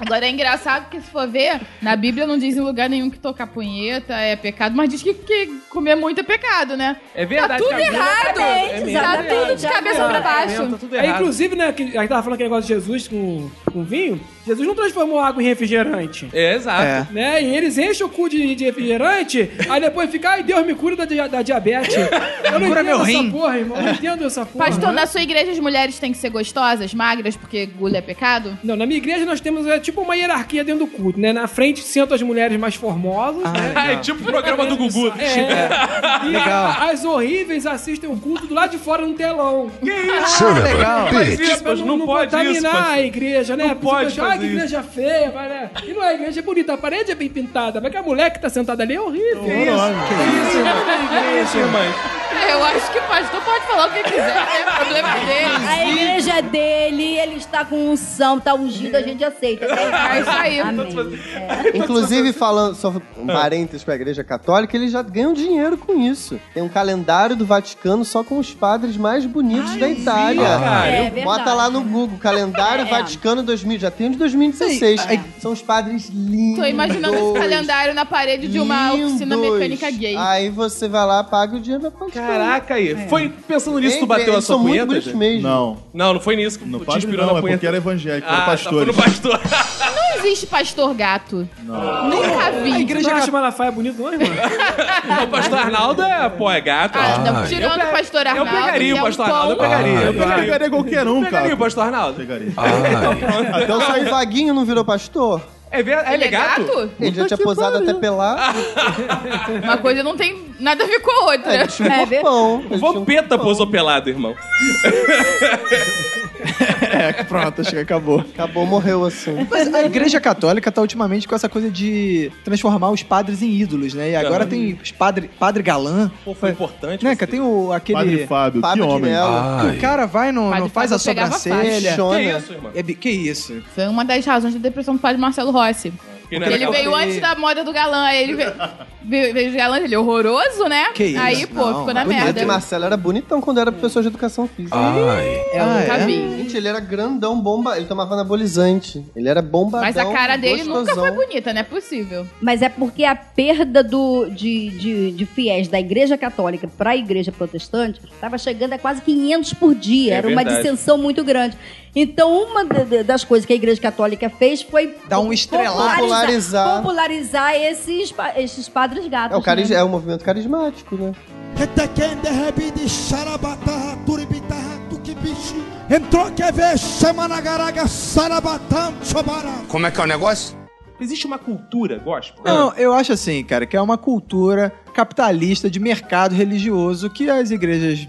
Agora é engraçado porque se for ver, na Bíblia não diz em lugar nenhum que tocar punheta é pecado, mas diz que, que comer muito é pecado, né? É verdade, Tá tudo que a Bíblia errado. tá errado, é mesmo. tá tudo de Exatamente. cabeça pra baixo. Tá tudo É, errado. inclusive, né, que a gente tava falando aquele negócio de Jesus com, com vinho, Jesus não transformou água em refrigerante. É, exato. Né? E eles enchem o cu de, de refrigerante, aí depois fica, ai Deus, me cura da, dia- da diabetes. Eu não Cura entendo meu essa rim. porra, irmão. Eu não entendo essa porra. Pastor, né? na sua igreja as mulheres têm que ser gostosas, magras, porque gula é pecado? Não, na minha igreja nós temos é, tipo uma hierarquia dentro do culto, né? Na frente sentam as mulheres mais formosas, né? Ah, é tipo o programa do Gugu. É. E Legal. a- as horríveis assistem o culto do lado de fora num telão. Que isso? Ah, Son of a legal. bitch. Mas isso é pra Pastor, não pode isso, contaminar pastor. a igreja, né? Não Porque você pode pensa, Ah, que fazer igreja feia, vai, né? E não é, a igreja é bonita, a parede é bem pintada, mas que a mulher que tá sentada ali é horrível. Que isso? Que isso, irmão? Que isso, irmã? É eu acho que o pastor pode falar o que quiser, né? O problema é dele. A igreja é dele, ele está com unção, tá ungido, a gente aceita. né? É isso aí. Amém. Inclusive, falando, só um parênteses pra Igreja Católica, eles já ganham dinheiro com isso. Tem um calendário do Vaticano só com os padres mais bonitos da Itália. cara. É Bota verdade. lá no Google, calendário É. Vaticano 2000, já tem um de 2016. São os padres lindos. é. Tô imaginando esse calendário na parede de uma oficina Lindos. mecânica gay. Ah. Aí você vai lá, paga o dinheiro da conta. Caraca, aí. É. Foi pensando nisso, Ei, tu bateu é, eles a sua são muito punheta? bonitos gente? mesmo. Não. Não, não foi nisso que não, te padre inspirou não, na é punheta. porque era evangélico, era ah, pastores. Tá, foi no pastor. Não existe pastor gato. Não. Nunca vi. A igreja Não. Cate Malafaia é bonito, não é, irmão? Não, o pastor Arnaldo é, pô, é gato. Ah, não, Eu tirando pe- o pastor Arnaldo. Eu pegaria que o é um pastor Arnaldo, eu pão. pegaria. eu pegaria qualquer um, cara. Pegaria o pastor Arnaldo. Pegaria. Então só o Vaguinho não virou pastor? É, ver- é Ele é legato? gato? Ele já tinha posado até Ah, pelar. Uma coisa não tem nada a ver com a outra. Ele tinha um verdade. corpão. O Vampeta posou pelado, irmão. É, pronto, acho que acabou. um- Acabou, morreu assim. Mas a igreja católica tá ultimamente com essa coisa de transformar os padres em ídolos, né? E agora Aham. tem os padre, padre galã. Pô, foi importante. Né, cara, tem o, aquele... Padre Fábio, Fábio que de homem. Mello. que o cara vai, no, Padre no faz a Fábio pegava sobrancelha. fácil. Que Chona. isso, irmão? É bi- que isso? Foi uma das razões da depressão do padre Marcelo Rossi. Que não era Porque ele gato. veio Ele- antes da moda do galã. Aí ele veio, veio, veio de galã, ele é horroroso, né? Que isso, Aí, pô, não, ficou na Bonito, merda. e Marcelo era bonitão quando era professor de educação física. Eu Ah, nunca é? vi. Gente, ele era grandão, bomba. Ele tomava anabolizante. Ele era bombadão. Mas a cara dele nunca foi gostosão. bonita, não é possível. Mas é porque a perda do, de, de, de fiéis da Igreja Católica para a Igreja Protestante estava chegando a quase 500 por dia. É Era uma verdade. dissensão muito grande. Então, uma da- da- das coisas que a Igreja Católica fez foi Dar um estrelado. popularizar, Popularizar. popularizar esses, pa- esses padres gatos. É o, cari... né? é o movimento carismático, né? Que te quende rebide xarabataha turibitaha tukibishi. Entrou que vê chama na garaga sarabatam chobara. Como é que é o negócio? Existe uma cultura gospel? Não, eu acho assim, cara, que é uma cultura capitalista de mercado religioso que as igrejas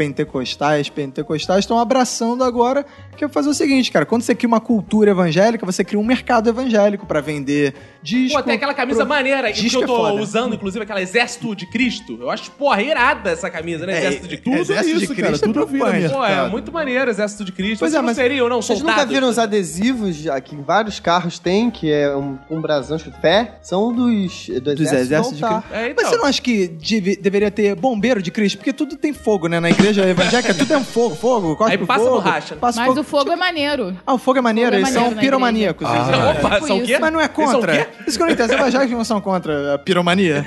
neopentecostais, pentecostais estão abraçando agora, que é fazer o seguinte, cara, quando você cria uma cultura evangélica, você cria um mercado evangélico pra vender disco. Pô, tem aquela camisa pro- maneira que disco eu é tô foda. usando, inclusive, aquela Exército de Cristo. Eu acho, porra, irada essa camisa, né? É, Exército de Tudo Cristo. Exército de isso, cara. Cristo é Tudo vira preocupante. mercado. Pô, é muito maneiro, Exército de Cristo. Pois é, Vocês não mas- seriam, não, Vocês soldados? nunca viram os adesivos ah, que em vários carros tem, que é um, um brasão escrito fé? São um dos, do Dos exército exércitos de do altar. Cristo. É, então. Mas você não acha que deve- deveria ter bombeiro de Cristo? Porque tudo tem fogo, né? Na igreja evangélica tudo é um fogo, fogo, cospe Aí passa fogo, borracha, né? Passa Mas fogo. o fogo é maneiro. Ah, o fogo é maneiro, Fogo é eles maneiro são na piromaníacos. eles- Opa, Tipo Ah. são o quê? Mas não é Eles são o quê? contra. Isso que eu não entendo. Os evangélicos não são contra a piromania.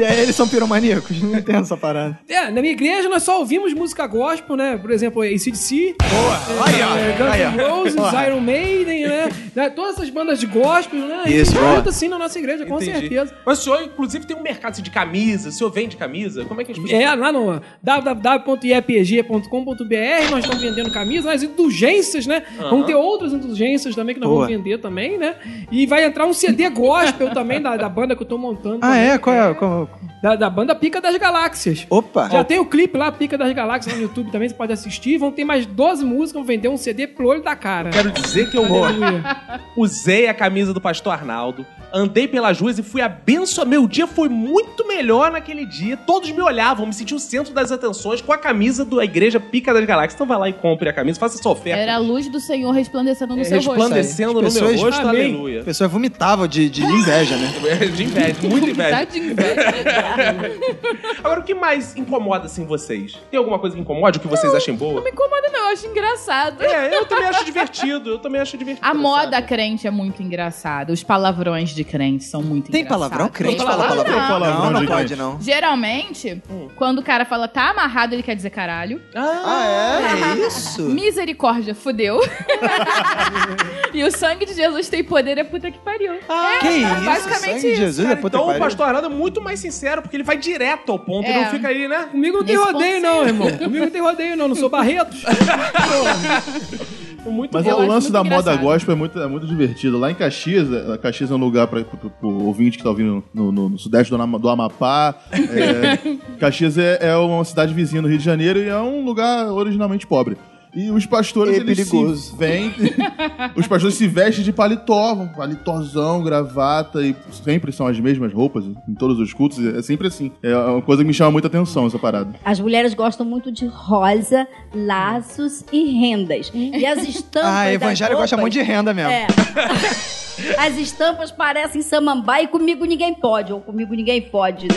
e aí eles são piromaníacos. Não entendo essa parada. É, na minha igreja nós só ouvimos música gospel, né? Por exemplo, ACDC, Aí, ó. é, Guns Aí, N' ó. Roses, Porra. Iron Maiden, né? Né, Todas essas bandas de gospel, né? Isso, E boa. muito assim na nossa igreja, com Entendi. certeza. Mas o senhor, inclusive, tem um mercado assim, de camisa. O senhor vende camisa? Como é que as pessoas... É, lá no www.iepg.com.br nós estamos vendendo camisas, as indulgências, né? Vão ter outras indulgências também que nós Boa. vamos vender também, né? E vai entrar um CD gospel também da, da banda que eu tô montando. Ah, também, é? Qual é? Qual... Da, da banda Pica das Galáxias. Opa. tá Já tem o clipe lá, Pica das Galáxias, no YouTube também, você pode assistir. Vão ter mais 12 músicas, vão vender um CD pro olho da É. cara. Quero dizer que eu usei a camisa do pastor Arnaldo, andei pelas ruas e fui abençoado. Meu dia foi muito melhor naquele dia. Todos me olhavam, me senti o centro das atenções com a camisa da igreja Pica das Galáxias. Então vai lá e compre a camisa, faça sua oferta. Era a luz do Senhor resplandecendo no É, seu rosto. resplandecendo no meu Pessoas- rosto, Amém. aleluia. É A pessoa vomitava de, de inveja, né? De inveja, muito inveja. Tadinho, velho. Agora, o que mais incomoda, assim, vocês? Tem alguma coisa que incomode, o que vocês achem boa? Não me incomoda, não. Eu acho engraçado. É, eu também acho divertido, eu também acho divertido. A moda crente é muito engraçada. Os palavrões de crente são muito Tem engraçados. palavrão? Crente Hum. fala palavrão? palavrão? Não. Não, não Não. pode, não. Geralmente, quando o cara fala tá amarrado, ele quer dizer caralho. Ah, É isso? Misericórdia, fudeu. e o sangue de Jesus tem poder, é puta que pariu. é, Que isso? basicamente sangue de isso. Jesus é puta então que o pariu. pastor Arnaldo é muito mais sincero, porque ele vai direto ao ponto, ele É. não fica aí, né? Comigo não tem Nesse rodeio, ponto, não, sim. irmão. Comigo não tem rodeio, não. Não sou Barretos. Muito Mas Eu o acho lance muito da moda engraçado. gospel é muito, é muito divertido. Lá em Caxias, eh, Caxias é um lugar para o ouvinte que tá ouvindo no, no- no sudeste do, Ama- do Amapá. É, Caxias é, é uma cidade vizinha do Rio de Janeiro e é um lugar originalmente pobre. E os pastores, É eles se perigoso. vêm... os pastores se vestem de paletó, um paletózão, gravata, e sempre são as mesmas roupas em todos os cultos, é sempre assim. É uma coisa que me chama muita atenção, essa parada. As mulheres gostam muito de rosa, laços e rendas. E as estampas. Ah, evangelho das roupas- gosta muito de renda mesmo. É. As estampas parecem samambaia e comigo ninguém pode, ou comigo ninguém pode, né?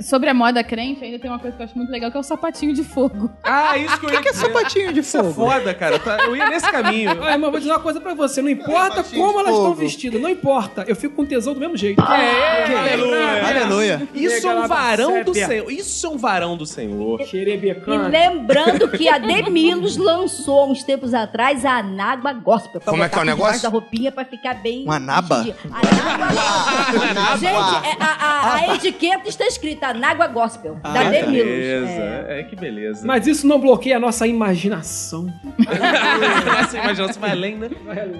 Sobre a moda crente, ainda tem uma coisa que eu acho muito legal, que é o sapatinho de fogo. Ah, isso que eu ia que é sapatinho de Isso é foda, cara. Tá- Eu ia nesse caminho. Olha, irmão, vou dizer uma coisa pra você. Não importa como elas estão vestidas, não importa. Eu fico com tesão do mesmo jeito. É, aleluia. Aleluia. Isso é um Chega lá, varão do sépia. Senhor. Isso é um varão do Senhor. É. E lembrando que a Demilos lançou há uns tempos atrás a Anágua Gospel. pra Como é que botar é o por negócio? baixo da roupinha pra ficar bem... Uma naba? vestidinha. Anágua Gospel. Gente, é- a, a- a Ah. etiqueta está escrita Anágua Gospel, da Ah, Demilos. Beleza. É. que beleza. Mas isso não bloqueia a nossa imaginação. Nossa imaginação vai além, né?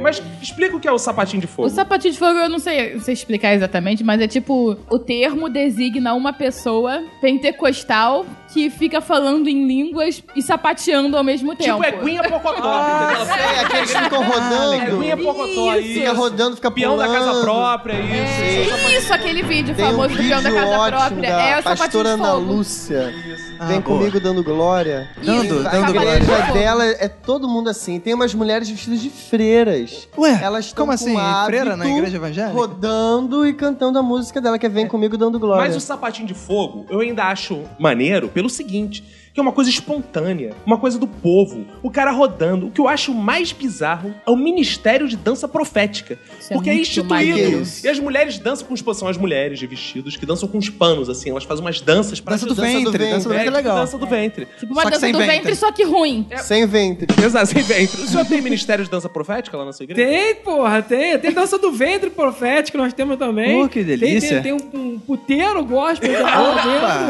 Mas explica o que é o sapatinho de fogo. O sapatinho de fogo, eu não sei, não sei explicar exatamente, mas é tipo, o termo designa uma pessoa pentecostal que fica falando em línguas e sapateando ao mesmo tempo. Tipo, é Guinha Pocotó. entendeu? sei, Ela- aqueles que Ah, ficam rodando. É Guinha Pocotó, Isso. isso. Fica rodando, fica Peão da casa pulando. É. própria, isso. Isso, aquele vídeo Tem um famoso do vídeo peão da casa ótimo própria. da é o sapatinho pastora de Ana fogo. Lúcia. Ah, Vem comigo dando glória. Isso. Dando, a dando igreja glória. dela é todo mundo assim. Tem umas mulheres vestidas de freiras. Ué, Elas como tão com um assim? hábito, Freira na igreja Hum. evangélica? Rodando e cantando a música dela, que é Vem Comigo Dando Glória. Mas o sapatinho de fogo, eu ainda acho maneiro pelo seguinte, que é uma coisa espontânea, uma coisa do povo, o cara rodando. O que eu acho mais bizarro é o Ministério de Dança Profética, Isso é porque é, muito instituído. maneiro. E as mulheres dançam com os são as mulheres de vestidos que dançam com os panos assim, elas fazem umas danças para Dança do ventre, dança do ventre é legal. Dança do ventre. Tipo, uma dança do ventre, só que ruim. Sem ventre. Exato, sem ventre. O senhor tem Ministério de Dança Profética lá na sua igreja? Tem, porra, tem. Tem dança do ventre profético, nós temos também. Oh, que delícia. Tem, tem- tem um, um puteiro gospel. que tá lá Opa,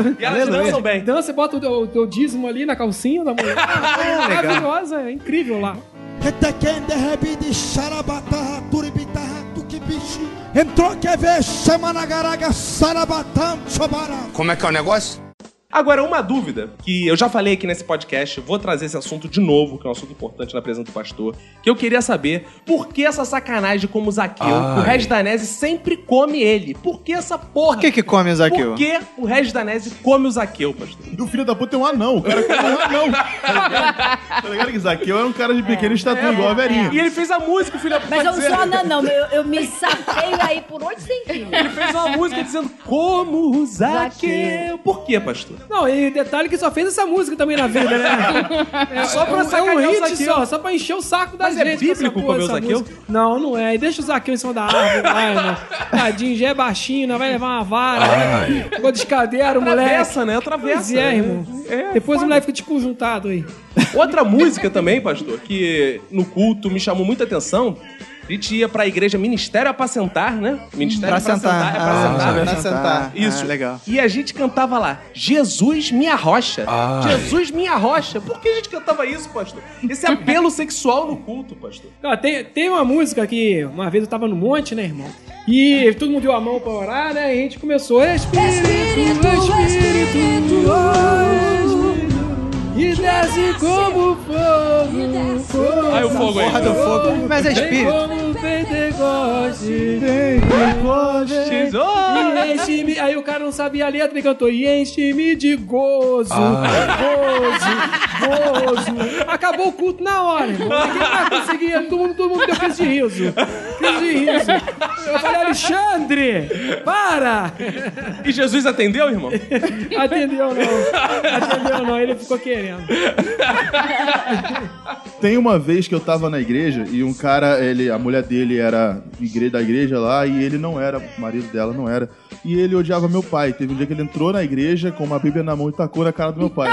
dentro. e elas Aleluia. dançam bem. Dança e bota o teu, o teu dízimo ali na calcinha da mulher. Ah, é legal. maravilhosa, é incrível lá. Retequende, rebide, xarabataha, turibitarra, tukibichi. Entrou, quer ver, chama na garaga, sarabatam, chobará. Como é que é o negócio? Agora, uma dúvida que eu já falei aqui nesse podcast, vou trazer esse assunto de novo, que é um assunto importante na presença do pastor, que eu queria saber por que essa sacanagem de como o Zaqueu, Ai. o Regis Danese sempre come ele? Por que essa porra? Por que que come o Zaqueu? Por que o Regis Danese come o Zaqueu, pastor? E o filho da puta é um anão. O cara é um anão. Tá ligado? Tá ligado que Zaqueu era um cara de pequena É. estatura, igual a velhinha. E ele fez a música, o filho da puta. Mas eu não dizer. sou anã, não. Eu, eu me sapeio aí por onde centímetros. Ele fez uma música dizendo como o Zaqueu. Por que, pastor? Não, e detalhe que só fez essa música também na vida, né? Só pra é um- sacanear é o um hit Zaqueu. só, só pra encher o saco da Mas é gente. com essa bíblico porra, comer o essa Zaqueu? música. Não, não é. E deixa o Zaqueu em cima da árvore, vai, irmão. Tadinho, já é baixinho, não vai levar uma vara. né? Ai. Ficou descadeiro, moleque. Atravessa, né? Atravessa. Pois é, irmão. Depois o moleque fica tipo juntado aí. Outra música também, pastor, que no culto me chamou muita atenção. A gente ia pra igreja Ministério Apacentar, né? Ministério Pra sentar. é pra Ah, sentar. né? pra sentar. Isso. Ah, legal. E a gente cantava lá, Jesus minha rocha. Jesus minha rocha. Por que a gente cantava isso, pastor? Esse apelo sexual no culto, pastor. Ó, tem, tem uma música que uma vez eu tava no monte, né, irmão? E todo mundo deu a mão pra orar, né? E a gente começou. Espírito, Espírito, Espírito, e desce como fogo, fogo. Aí o fogo aí. Porra do fogo. Mas é Vem espírito. como um Pentecoste. Pentecostes, E enche-me. Aí o cara não sabia a letra e cantou. E enche-me de gozo. Gozo. Gozo. Acabou o culto na hora, irmão. Ninguém mais conseguia. Todo mundo, todo mundo deu crise de riso. Crise de riso. Eu falei, Alexandre, para. E Jesus atendeu, irmão? Atendeu não. Atendeu não. Ele ficou querendo. Tem uma vez que eu tava na igreja e um cara, ele, a mulher dele era igre- da igreja lá e ele não era, o marido dela não era. E ele odiava meu pai. Teve um dia que ele entrou na igreja com uma bíblia na mão e tacou na cara do meu pai.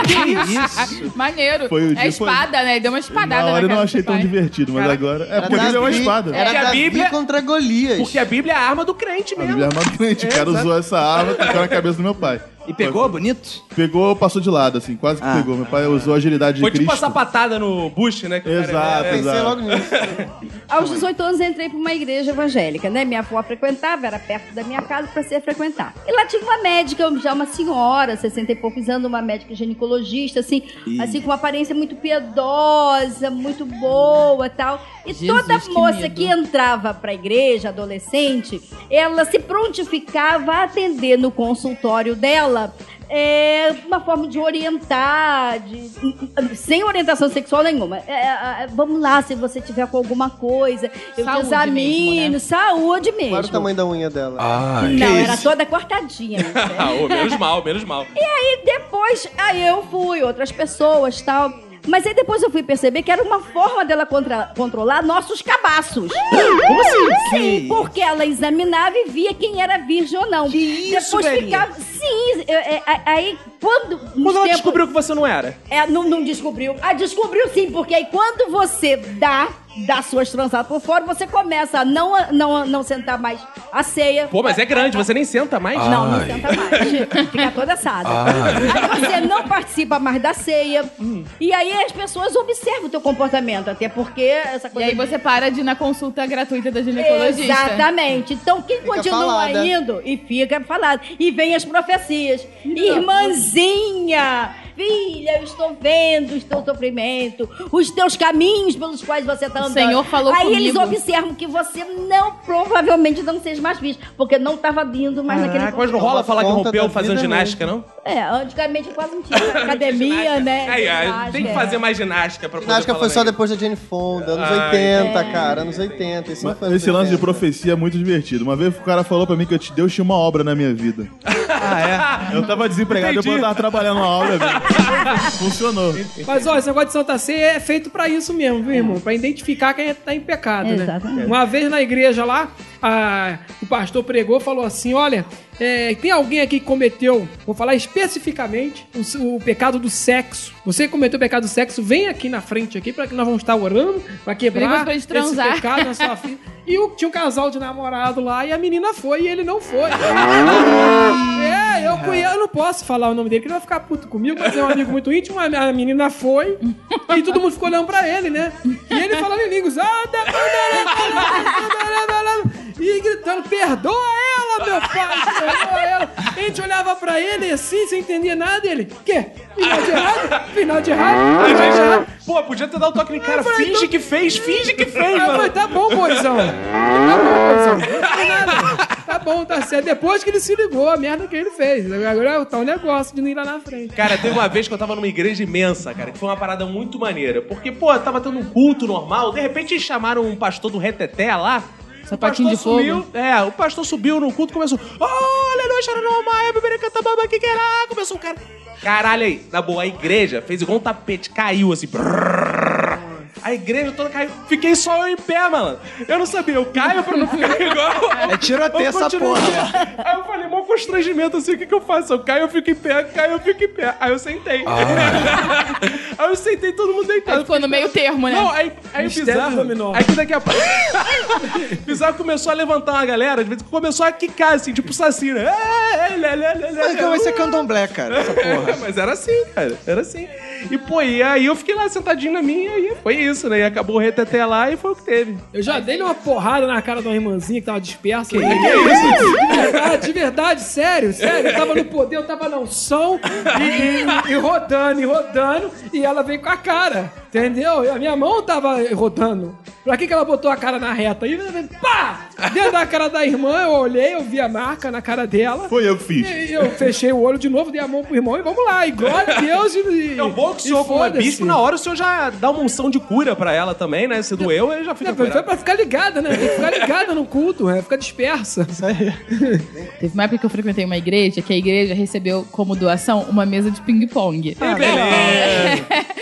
Maneiro. Foi o é dia- espada, né? Ele deu uma espadada Na hora cara eu não do achei tão pai. divertido, mas agora. É porque a Era Bíblia é uma Davi- espada. era Porque a Davi Bíblia- contra Golias. Porque a Bíblia é a arma do crente A mesmo. Bíblia é uma crente. O cara Exato. usou essa arma e tacou na cabeça do meu pai. E pegou, bonito? Pegou, passou de lado, assim, quase que pegou. Meu pai usou a agilidade Foi de tipo Cristo. a sapatada no Bush, né? que o cara- Exato, é, é. exato. Aos 18 anos entrei para uma igreja evangélica, né? Minha avó frequentava, era perto da minha casa para ser frequentar. E lá tinha uma médica, já uma senhora, 60 e poucos anos, uma médica ginecologista, assim, Ih. assim com uma aparência muito piedosa, muito boa, tal. E Jesus, toda que moça medo. que entrava para a igreja, adolescente, ela se prontificava a atender no consultório dela. é, uma forma de orientar, de- sem orientação sexual nenhuma. É, é, é, vamos lá, se você tiver com alguma coisa, eu Saúde examino, saúde mesmo. Qual era o tamanho da unha dela? Ah, Não, era toda cortadinha. Ah, ô, menos mal, menos mal. E aí depois, aí eu fui, outras pessoas tal. Mas aí depois eu fui perceber que era uma forma dela contra- controlar nossos cabaços. Como assim? Sim, porque ela examinava e via quem era virgem ou não. Que isso, depois velhinha? ficava. Sim, eu- é, é, aí quando. Quando ela descobriu que você não era. É, não, não descobriu. Ah, descobriu sim, porque aí quando você dá das suas transadas por fora, você começa a não, não, não sentar mais a ceia. Pô, mas é grande, você nem senta mais. Não, não senta mais. Fica toda assada. Aí você não participa mais da ceia. Hum. E aí as pessoas observam o teu comportamento, até porque essa coisa. E aí você para de ir na consulta gratuita da ginecologista. Exatamente. Então quem continua falada. indo e fica falado. E vem as profecias. Irmãzinha! Filha, eu estou vendo os teus sofrimentos, os teus caminhos pelos quais você está O andando. Senhor falou Aí eles comigo. observam que você não, provavelmente não seja mais virgem, porque não estava vindo mais naquele Caraca, mas não rola falar que rompeu fazendo ginástica, não? é, antigamente eu quase não tinha academia, né? Aí, aí, Ginástica, tem que é. fazer mais ginástica pra poder Ginástica falar foi só mais. depois da Jane Fonda, anos Ai, 80, é. cara, anos 80. Isso não Mas foi anos Esse lance de 80. profecia é muito divertido. Uma vez o cara falou pra mim que eu te- Deus tinha uma obra na minha vida. Ah, é? Eu tava desempregado, depois eu tava trabalhando uma obra, velho. Funcionou. Mas ó, esse negócio de Santa Ceia é feito pra isso mesmo, viu, irmão? Pra identificar quem tá em pecado, né? Exatamente. Uma vez na igreja lá, a- o pastor pregou e falou assim: olha, é, tem alguém aqui que cometeu, vou falar especificamente, o, se- o pecado do sexo. Você que cometeu o pecado do sexo, vem aqui na frente aqui, pra que nós vamos estar orando, pra quebrar Perigoso pra gente esse transar. pecado na sua vida. E o- tinha um casal de namorado lá e a menina foi e ele não foi. É, eu conheço, eu não posso falar o nome dele, que ele vai ficar puto comigo, mas é um amigo muito íntimo, a a menina foi, e todo mundo ficou olhando pra ele, né? E ele falando em línguas, "Ah, da- da- da- da- da- da- da-", e gritando, perdoa ela, meu pai, perdoa ela. A gente olhava pra ele assim, sem entender nada, e ele, quê? Final de errado? Final de Ah. errado? Final de errado? Pô, podia ter dado o toque no cara. falei, Finge então- que fez, finge que Aí fez, eu falei, mano. tá bom, boizão. Tá bom, boizão. Não foi nada. Tá bom, tá certo. Depois que ele se ligou, a merda que ele fez. Agora tá um negócio de não ir lá na frente. Cara, teve uma vez que eu tava numa igreja imensa, cara, que foi uma parada muito maneira. Porque, pô, tava tendo um culto normal, de repente eles chamaram um pastor do reteté lá. Sapatinho o pastor de fogo. sumiu, É, o pastor subiu no culto e começou. Olha, nós xaronomai, beberê catababa, que querá. Começou o cara. Caralho aí, na boa, a igreja fez igual um tapete, caiu assim. brrr. A igreja toda caiu. Fiquei só eu em pé, mano. Eu não sabia, eu caio pra não ficar igual. É tiroteio Eu essa continuo porra. em pé. Aí eu falei, mó constrangimento assim, o que, que eu faço? Eu caio, eu fico em pé, caio, eu fico em pé. Aí eu sentei. aí eu sentei todo mundo deitado. Aí ficou no meio termo, né? Não, aí, aí o Mistério bizarro. Aí que daqui a pouco. bizarro começou a levantar uma galera, de vez em quando começou a quicar, assim, tipo saci, né? É, é, lé, lé, lé, lé, Mas então vai ser candomblé, cara, essa porra. Mas era assim, cara, era assim. E pô, e aí eu fiquei lá sentadinho na minha, e foi isso, né? E acabou o reteté lá e foi o que teve. Eu já dei uma porrada na cara de uma irmãzinha que tava dispersa. Que isso? De verdade, de verdade, sério, sério. Eu tava no poder, eu tava na unção e, e- e rodando, e rodando, e ela veio com a cara, entendeu? E a minha mão tava rodando. Pra que que ela botou a cara na reta? E pá! Dentro da cara da irmã, eu olhei, eu vi a marca na cara dela. Foi eu que fiz. E eu fechei o olho de novo, dei a mão pro irmão e vamos lá. E glória a Deus. E, É um bom que o senhor, como é bispo, na hora o senhor já dá uma unção de cura pra ela também, né? Se doeu, ele já fica Foi curado. pra ficar ligada, né? Tem que ficar ligada no culto, é ficar dispersa. Isso aí. Teve uma época que eu frequentei uma igreja que a igreja recebeu como doação uma mesa de ping-pong. É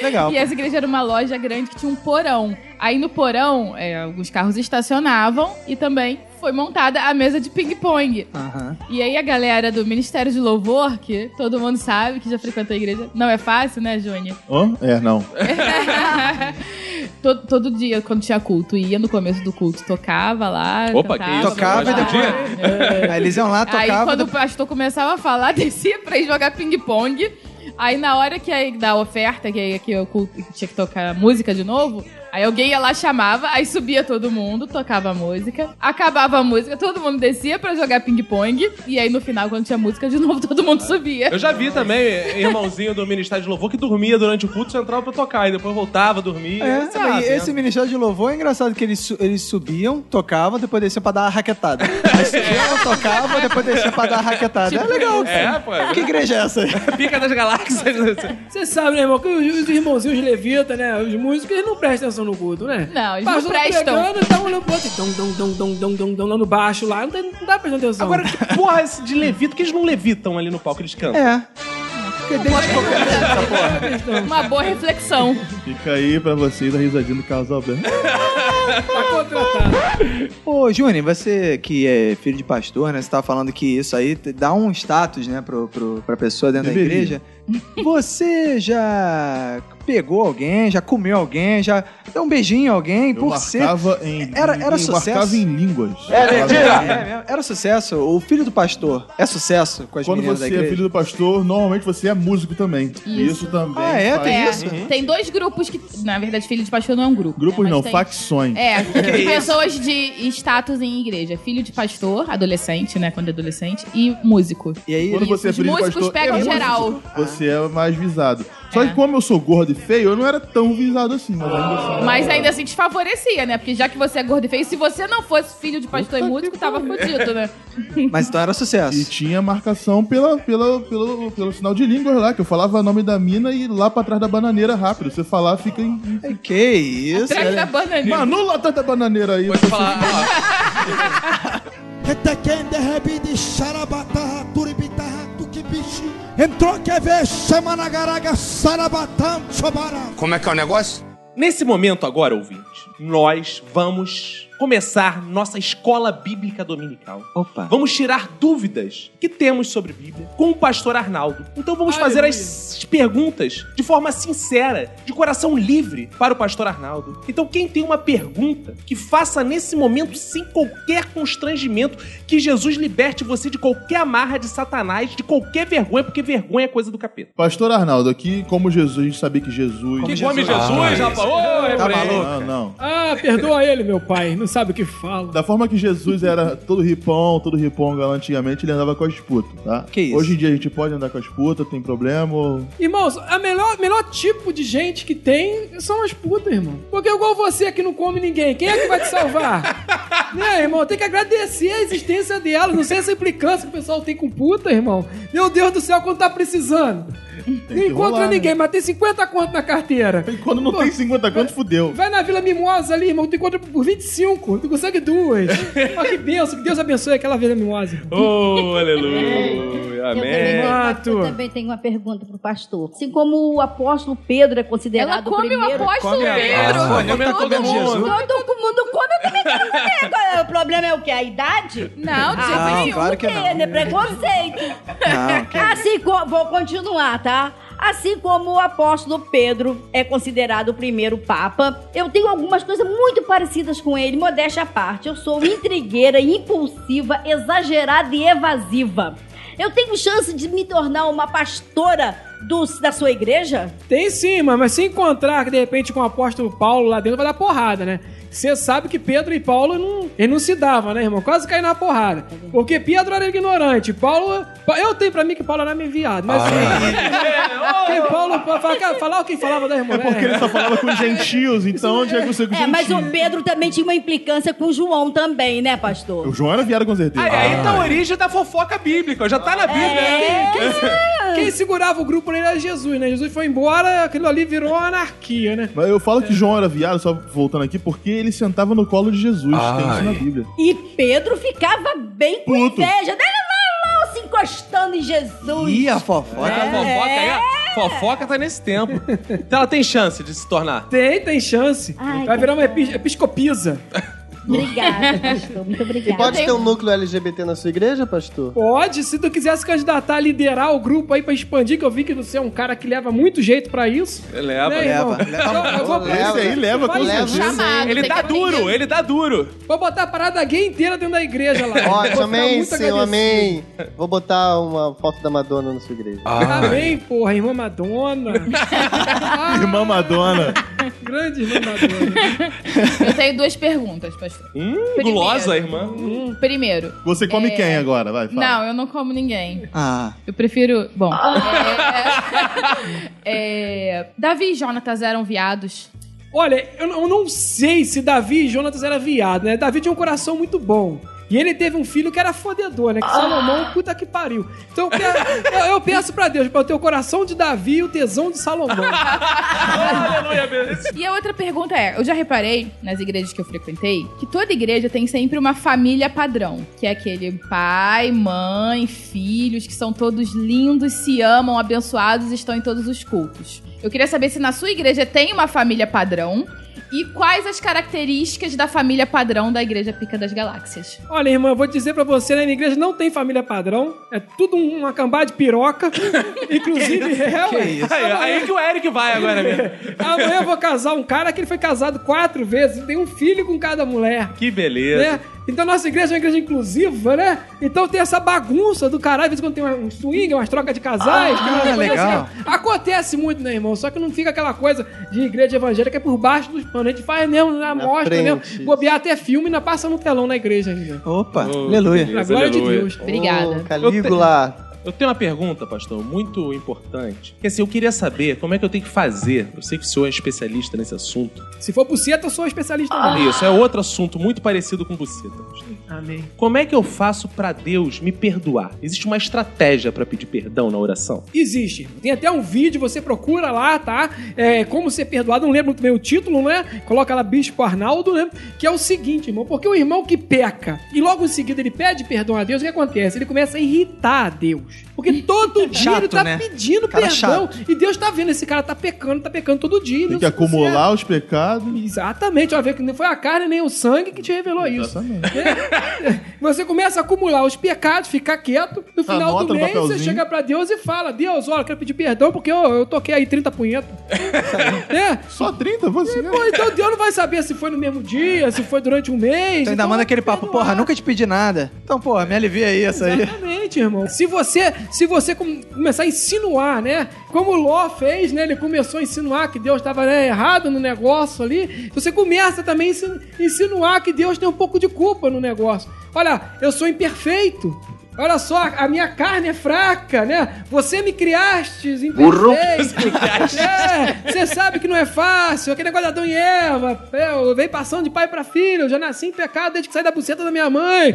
Legal. E essa igreja era uma loja grande que tinha um porão. Aí no porão, é, alguns carros estacionavam e também foi montada a mesa de ping-pong. Aham. E aí a galera do Ministério de Louvor, que todo mundo é sabe que já frequentou a igreã, não é fácil, né, Júnior? Hã? É, não. todo, todo dia, quando tinha culto, ia no começo do culto, tocava lá. Opa, que cantava, isso? Tocava e Mas depois. podia? É. Aí eles iam lá, Aí tocavam. quando o pastor começava a falar, descia pra ir jogar ping-pong. Aí na hora que aí, da oferta, que, aí- que eu cul- que tinha que tocar a música de novo, aí alguém ia lá, chamava, aí subia todo mundo, tocava a música, acabava a música, todo mundo descia pra jogar ping-pong, e aí no final, quando tinha música de novo, todo mundo subia. Eu já vi também eh, irmãozinho do Ministério de Louvor que dormia durante o culto, só entrava pra tocar, e depois voltava, dormia. É, sei lá, assim, e vendo. esse ministério de louvor é engraçado que eles, su- eles subiam, tocavam, depois desciam pra dar a raquetada. Aí subiam, tocavam, depois desciam pra dar a raquetada. é legal. É, cara. pô. Que igreja é essa? Pica das galáxias. Você sabe, né, irmão, que os, os irmãozinhos levitas, né, os músicos, eles não prestam atenção no culto, né? Não, eles Pastor não tá prestam. Pregando, tá olhando pro outro, e dom, dom, dom, dom, dom, dom, dom, lá no baixo, lá, não, tá, não tá prestando atenção. Agora, que porra é esse de levita? que eles não levitam ali no palco, eles cantam? É. Porque desde Uma boa reflexão. Fica aí pra vocês a risadinha do Carlos Alberto. Tá Ô, Júnior, você que é filho de pastor, né? Você tava falando que isso aí te- dá um status, né, pro, pro, pra pessoa dentro da Deveria. igreja. Você já pegou alguém, já comeu alguém, já deu um beijinho em alguém por ser. marcava em- era era eu sucesso. marcava em línguas. É mentira! mesmo, Era sucesso. O filho do pastor é sucesso com as Quando meninas você da igreja. é filho do pastor, normalmente você é músico também. Isso, também. Ah, é? Tem É, isso? Tem dois grupos que, na verdade, filho de pastor não é um grupo. Grupos né? Mas não, tem- facções. É, Que pessoas de status em igreja. Filho de pastor, adolescente, né? Quando é adolescente, e músico. E aí, Quando você é os filho de músicos pastor, pegam é geral. É. músico, Você é mais visado. Só que como eu sou gordo e feio, eu não era tão visado assim, mas ainda assim. Mas ainda assim desfavorecia, né? Porque já que você é gordo e feio, se você não fosse filho de pastor e músico, tava fudido, né? Mas então era sucesso. E tinha marcação pela, pela, pelo, pelo sinal de línguas lá, que eu falava o nome da mina e lá pra trás da bananeira rápido. Você falar, fica em. Que isso? né? Atrás da cara. bananeira. Manu lá atrás da bananeira aí. Você Retequende, rebide, xarabata, turibita, tukibichi. Entrou, quer ver, chama na garaga, sarabatam, chobará. Como é que é o negócio? Nesse momento agora, ouvinte, nós vamos começar nossa escola bíblica dominical. Opa. Vamos tirar dúvidas que temos sobre Bíblia com o pastor Arnaldo. Então vamos fazer as perguntas de forma sincera, de coração livre para o pastor Arnaldo. Então quem tem uma pergunta, que faça nesse momento sem qualquer constrangimento, que Jesus liberte você de qualquer amarra de Satanás, de qualquer vergonha, porque vergonha é coisa do capeta. Pastor Arnaldo, aqui, como Jesus, a gente sabia que Jesus. Que come Jesus, Ah, rapaz. Ô, Tá Efraim. maluco? Não, não. Ah, perdoa ele, meu pai, não sabe o que fala. Da forma que Jesus era todo ripão, todo riponga lá antigamente, ele andava com as putas, tá? Que isso? Hoje em dia a gente pode andar com as putas, tem problema ou... Irmãos, a melhor, melhor tipo de gente que tem são as putas, irmão. Porque igual você que não come ninguém, quem é que vai te salvar? né, irmão? Tem que agradecer a existência delas. Não sei essa implicância que o pessoal tem com puta, irmão. Meu Deus do céu, quando tá precisando. Não encontra rolar, né? ninguém, mas tem 50 conto na carteira. E quando não tem 50 conto, fudeu. Vai na Vila Mimosa ali, irmão, tu encontra por 25, tu consegue duas. Ó, que benção, que Deus abençoe aquela Vila Mimosa. Oh, aleluia. Eu também, Amém. tenho uma, eu também tenho uma pergunta pro pastor. Assim como o apóstolo Pedro é considerado Ela come o primeiro... apóstolo Come a- Pedro. Ah, come a- todo, come a mundo, Jesus. todo mundo come, eu também quero comer. Qual é O problema é o quê? A idade? Não, tipo assim, de jeito Ah, nenhum. por quê, né? Preconceito. Não, que assim como... Vou continuar, tá? Assim como o apóstolo Pedro é considerado o primeiro papa, eu tenho algumas coisas muito parecidas com ele, modéstia à parte. Eu sou intrigueira, impulsiva, exagerada e evasiva. Eu tenho chance de me tornar uma pastora do- da sua igreja? Tem sim, mas, mas se encontrar de repente com o apóstolo Paulo lá dentro, vai dar porrada, né? Você sabe que Pedro e Paulo não, eles não se davam, né, irmão? Quase caíram na porrada. Porque Pedro era ignorante. Paulo. Pa- Eu tenho pra mim que Paulo era meio viado, Ah, mas. assim, Quem Paulo pa- fa- cara, falar o que falava da irmã. né? É porque ele só falava com gentios, então tinha que ser com É, mas gentios. o Pedro também tinha uma implicância com o João também, né, pastor? O João era viado com certeza. Ah, é, então a origem da fofoca bíblica, já tá na Bíblia. É. né? Quem segurava o grupo nele era Jesus, né? Jesus foi embora, aquilo ali virou uma anarquia, né? Mas eu falo que João era viado, só voltando aqui, porque ele sentava no colo de Jesus. Tem isso na Ai. Bíblia. E Pedro ficava bem com Puto. inveja. Ele lá, lá, se encostando em Jesus. Ih, a fofoca. Olha a fofoca aí, a fofoca tá nesse tempo. Então ela tem chance de se tornar. Tem, tem chance. Ai, Vai virar uma epi- episcopisa. Obrigada, pastor. Muito E obrigada. pode ter um núcleo LGBT na sua igreja, pastor? Pode, se tu quiser se candidatar a liderar o grupo aí pra expandir, que eu vi que você é um cara que leva muito jeito pra isso. Leva, Né, irmão? Então, eu vou- Esse aí leva, Faz com isso. um certeza. Chamado, Ele tem dá que duro, aprender. ele dá duro. Vou botar a parada gay inteira dentro da igreja lá. é Vou Ótimo, ficar amém, muito senhor, agradecido. amém. Vou botar uma foto da Madonna na sua igreja. Amém, porra, irmã Madonna. Irmã Madonna. Grande irmã Madonna. Eu tenho duas perguntas, pastor. Primeiro. Hum, gulosa, irmã. Primeiro. Você come é, quem agora? Vai, fala. Não, eu não como ninguém. Ah. Eu prefiro. Bom. É, Davi e Jonatas eram viados. Olha, eu, não- eu não sei se Davi e Jonatas era viado, né? Davi tinha um coração muito bom. E ele teve um filho que era fodedor, né? Que Salomão, puta que pariu. Então eu, pe- eu- eu peço pra Deus, pra eu ter o coração de Davi e o tesão de Salomão. E a outra pergunta é: eu já reparei nas igrejas que eu frequentei que toda igreja tem sempre uma família padrão, que é aquele pai, mãe, filhos, que são todos lindos, se amam, abençoados, estão em todos os cultos. Eu queria saber se na sua igreja tem uma família padrão e quais as características da família padrão da igreja Pica das Galáxias. Olha, irmã, eu vou dizer pra você, né? Minha igreja não tem família padrão. É tudo um- uma cambada de piroca. Inclusive, é, ué. Aí, aí que o Eric vai agora mesmo. Amanhã eu vou casar um cara que ele foi casado quatro vezes. Tem um filho com cada mulher. Que beleza. né? Então nossa igreja é uma igreja inclusiva, né? Então tem essa bagunça do caralho, de vez em quando tem uma- um swing, umas trocas de casais. Ah, tem uma coisa legal. assim. Acontece muito, né, irmão? Só que não fica aquela coisa de igreja evangélica por baixo dos panos. A gente faz mesmo na, mostra, frente, mesmo. Bobear até filme, ainda passa no telão na igreja. Né? Opa, aleluia. Na glória de Deus. Obrigada. Oh. Calígula. Eu tenho uma pergunta, pastor, muito importante. Porque assim, eu queria saber como é que eu tenho que fazer. Eu sei que o senhor é especialista nesse assunto. Se for buceta, eu sou um especialista Ah, nisso. Isso, é outro assunto muito parecido com buceta. Amém. Como é que eu faço pra Deus me perdoar? Existe uma estratégia pra pedir perdão na oração? Existe. Tem até um vídeo, você procura lá, tá? É, como ser perdoado, não lembro muito bem o título, né? Coloca lá Bispo Arnaldo, né? Que é o seguinte, irmão, porque o irmão que peca e logo em seguida ele pede perdão a Deus, o que acontece? Ele começa a irritar a Deus. Porque todo dia ele Chato, tá né? pedindo Cara perdão e Deus tá vendo, esse cara tá pecando, tá pecando todo dia. Tem não que sei o acumular os pecados. "Ah, Exatamente, ó, vê que não foi a carne nem o sangue que te revelou isso. É. Você começa a acumular os pecados, ficar quieto, no final Anota do no mês você papelzinho. chega pra Deus e fala: Deus, olha, eu quero pedir perdão porque eu, eu toquei aí 30 punhetas. é. Só 30? Você? pô, então Deus não vai saber se foi no mesmo dia, se foi durante um mês. é Então ainda manda aquele papo, porra, nunca te pedi nada. Então, porra, me alivia aí essa aí. Exatamente, irmão. Se você, se você com- começar a insinuar, né? Como o Ló fez, né? Ele começou a insinuar que Deus estava errado no negócio ali. Você começa também a insin- insinuar que Deus tem um pouco de culpa no negócio. Olha, eu sou imperfeito. Olha só, a minha carne é fraca, né? Você me criastes Burro. imperfeito. É, você sabe que não é fácil. Aquele negócio de Adão e Eva. é, Eu venho passando de pai pra filho. Eu já nasci em pecado desde que saí da buceta da minha mãe.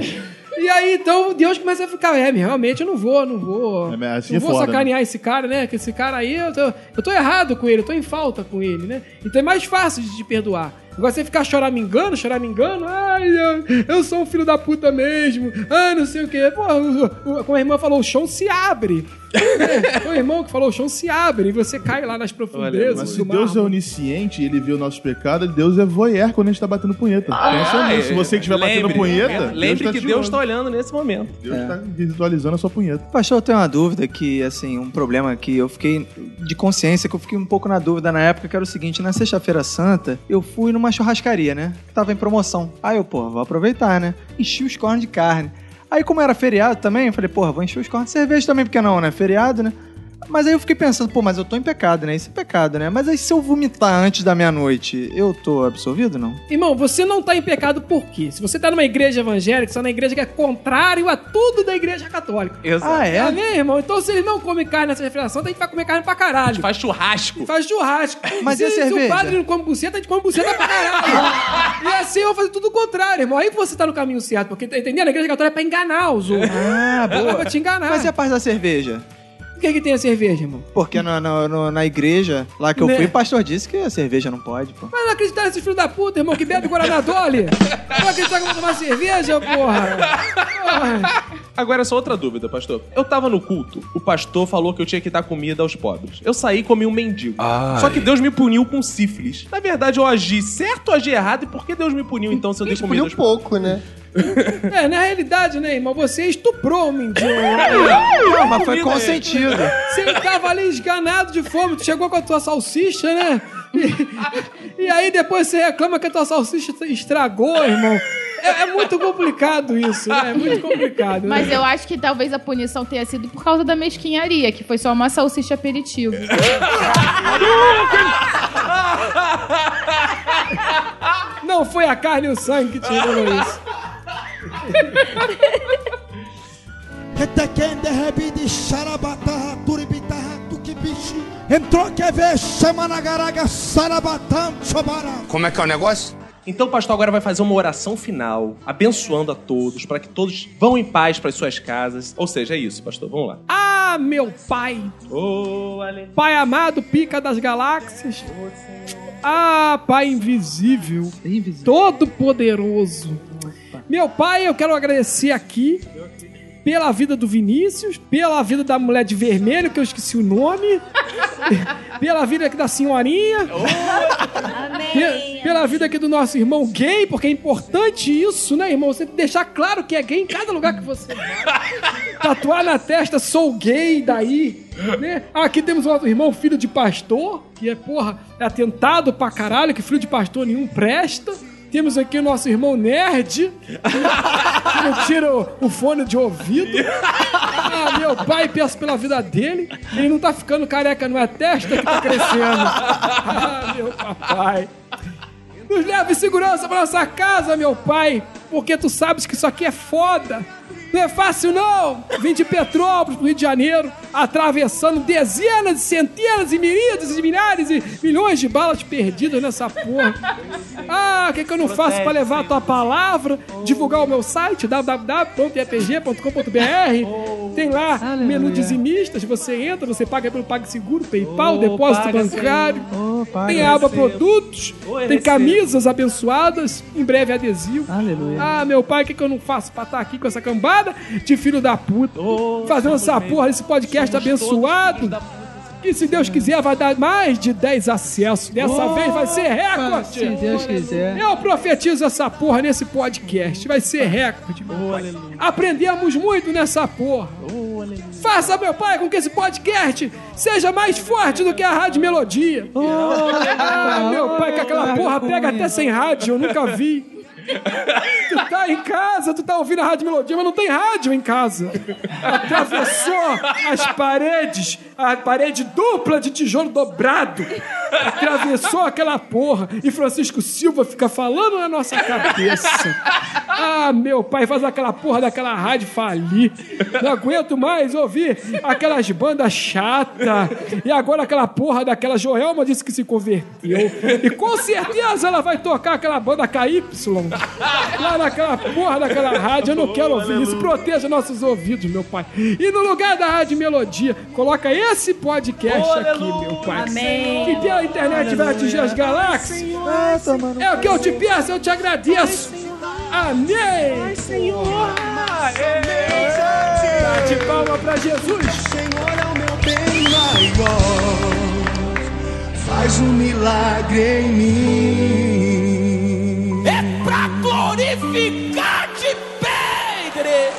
E aí, então, Deus começa a ficar... É, realmente, eu não vou, não vou... assim não é vou foda, sacanear esse cara, né? Que esse cara aí, eu tô, eu tô errado com ele. Eu tô em falta com ele, né? Então é mais fácil de te perdoar. Agora você ficar choramingando, choramingando... Ai, eu, eu sou um filho da puta mesmo. Ah, não sei o quê. Pô, o- o- como a irmã falou, o chão se abre. É, o irmão que falou, o chão se abre. E você cai lá nas profundezas Mas se do mar. Deus é onisciente e ele vê o nosso pecado, Deus é voyeur quando a gente tá batendo punheta. Pensa nisso. Você que estiver batendo punheta, Ah, Lembre tá que te Deus olhando. tá olhando nesse momento. Deus tá visualizando a sua punheta. Pastor, eu tenho uma dúvida que, assim, um problema que eu fiquei de consciência, que eu fiquei um pouco na dúvida na época, que era o seguinte, na sexta-feira santa, eu fui numa churrascaria, né? Que tava em promoção. Aí eu, porra, vou aproveitar, né? Enchi os cornos de carne. Aí como era feriado também, eu falei, porra, vou encher os cornos de cerveja também, porque não, né? Feriado, né? Mas aí eu fiquei pensando, pô, mas eu tô em pecado, né? Isso é pecado, né? Mas aí se eu vomitar antes da meia-noite, eu tô absolvido, não? Irmão, você não tá em pecado por quê? Se você tá numa igreja evangélica, você tá na igreja que é contrário a tudo da igreja católica. Exato. Ah, é? Amém, irmão? Então se eles não comem carne nessa refeição, a gente vai comer carne pra caralho. Faz churrasco. Faz churrasco. Tipo, Mas se, e a Se o cerveja? padre não come buceta, a gente come buceta pra caralho. e assim eu vou fazer tudo o contrário, irmão. Aí que você tá no caminho certo, porque, tá entendendo? A igreja católica é pra enganar os outros. Ah, boa. É pra te enganar. Mas e a parte da cerveja? Por que, que tem a cerveja, irmão? Porque na, na, no- na igreja lá que eu Né? fui, o pastor disse que a cerveja não pode, pô. Mas não acreditar nesses filhos da puta, irmão, que bebe Guaraná Dolly. Não acreditar que eu vou tomar cerveja, porra. Porra. Agora, só outra dúvida, pastor. Eu tava no culto, o pastor falou que eu tinha que dar comida aos pobres. Eu saí e comi um mendigo. Só que Deus me puniu com sífilis. Na verdade, eu agi certo, eu agi errado. E por que Deus me puniu então se eu dei comida aos pobres? pouco, né? É, na realidade, né, irmão? Você estuprou o mendigo. Não, mas foi consentido. Se ele tava ali um esganado de fome, tu chegou com a tua salsicha, né? E, e aí depois você reclama que a tua salsicha estragou, irmão. É, é muito complicado isso, né? É muito complicado. né? Mas eu acho que talvez a punição tenha sido por causa da mesquinharia, que foi só uma salsicha aperitivo. Não foi a carne e o sangue que tirou isso. Quem derrebide xarabatarra, turibitarra, tuquibichi. Entrou, quer ver, chama na garaga, sarabatam, chobara. Como é que é o negócio? Então o pastor agora vai fazer uma oração final, abençoando a todos, para que todos vão em paz para suas casas. Ou seja, é isso, pastor. Vamos lá. Ah, meu pai! Pai amado, pica das galáxias. Ah, pai invisível, todo poderoso. Meu pai, eu quero agradecer aqui pela vida do Vinícius, pela vida da mulher de vermelho, que eu esqueci o nome, pela vida aqui da senhorinha. Pe- Pela vida aqui do nosso irmão gay, porque é importante isso, né, irmão? Você deixar claro que é gay em cada lugar que você vai. Tatuar na testa, sou gay, daí. Né? Aqui temos o nosso irmão, filho de pastor, que é, porra, é atentado pra caralho, que filho de pastor nenhum presta. Temos aqui o nosso irmão nerd, que não tira o, o fone de ouvido. Ah, meu pai, peço pela vida dele. Ele não tá ficando careca, não é a testa que tá crescendo. Ah, Pai. Nos leva em segurança pra nossa casa, meu pai, porque tu sabes que isso aqui é foda. Não é fácil, não! Vim de Petrópolis pro Rio de Janeiro, atravessando dezenas, centenas e milhares e milhares e milhões de balas perdidas nessa porra. Ah, o que, que eu não faço pra levar a tua palavra? Divulgar o meu site, www.epg.com.br. Tem lá menu dizimistas, você entra, você paga pelo PagSeguro, PayPal, Oh, depósito PagSeguro. bancário. paga Tem a aba recebo. produtos, Oi, tem recebo. camisas abençoadas, em breve adesivo. Aleluia. Ah, meu pai, o que, que eu não faço pra estar aqui com essa cambada de filho da puta? fazendo essa porra desse podcast abençoado. E se Deus quiser, vai dar mais de 10 acessos. Dessa Oh, vez vai ser recorde. se Deus quiser. Eu profetizo essa porra nesse podcast. Vai ser recorde. meu pai. Aprendemos muito nessa porra. Faça, meu pai, com que esse podcast seja mais forte do que a Rádio Melodia. ah, meu pai, que aquela porra pega até sem rádio, eu nunca vi. Tu tá em casa, tu tá ouvindo a Rádio Melodia, mas não tem rádio em casa. Atravessou as paredes, a parede dupla de tijolo dobrado. Atravessou aquela porra e Francisco Silva fica falando na nossa cabeça. Ah, meu pai, faz aquela porra daquela rádio falir. Não aguento mais ouvir aquelas bandas chata. E agora aquela porra daquela Joelma disse que se converteu. E com certeza ela vai tocar aquela banda KY. Lá naquela porra daquela rádio. Eu não quero ouvir isso. Proteja nossos ouvidos, meu pai. E no lugar da rádio Melodia, coloca esse podcast aqui, meu pai. Amém. Que pela internet vai atingir as galáxias. É o que eu te peço, eu te agradeço. Amém! Ai, Senhor! Dá de palma pra Jesus! Senhor é o meu bem Faz um milagre em mim. É pra glorificar de pedre.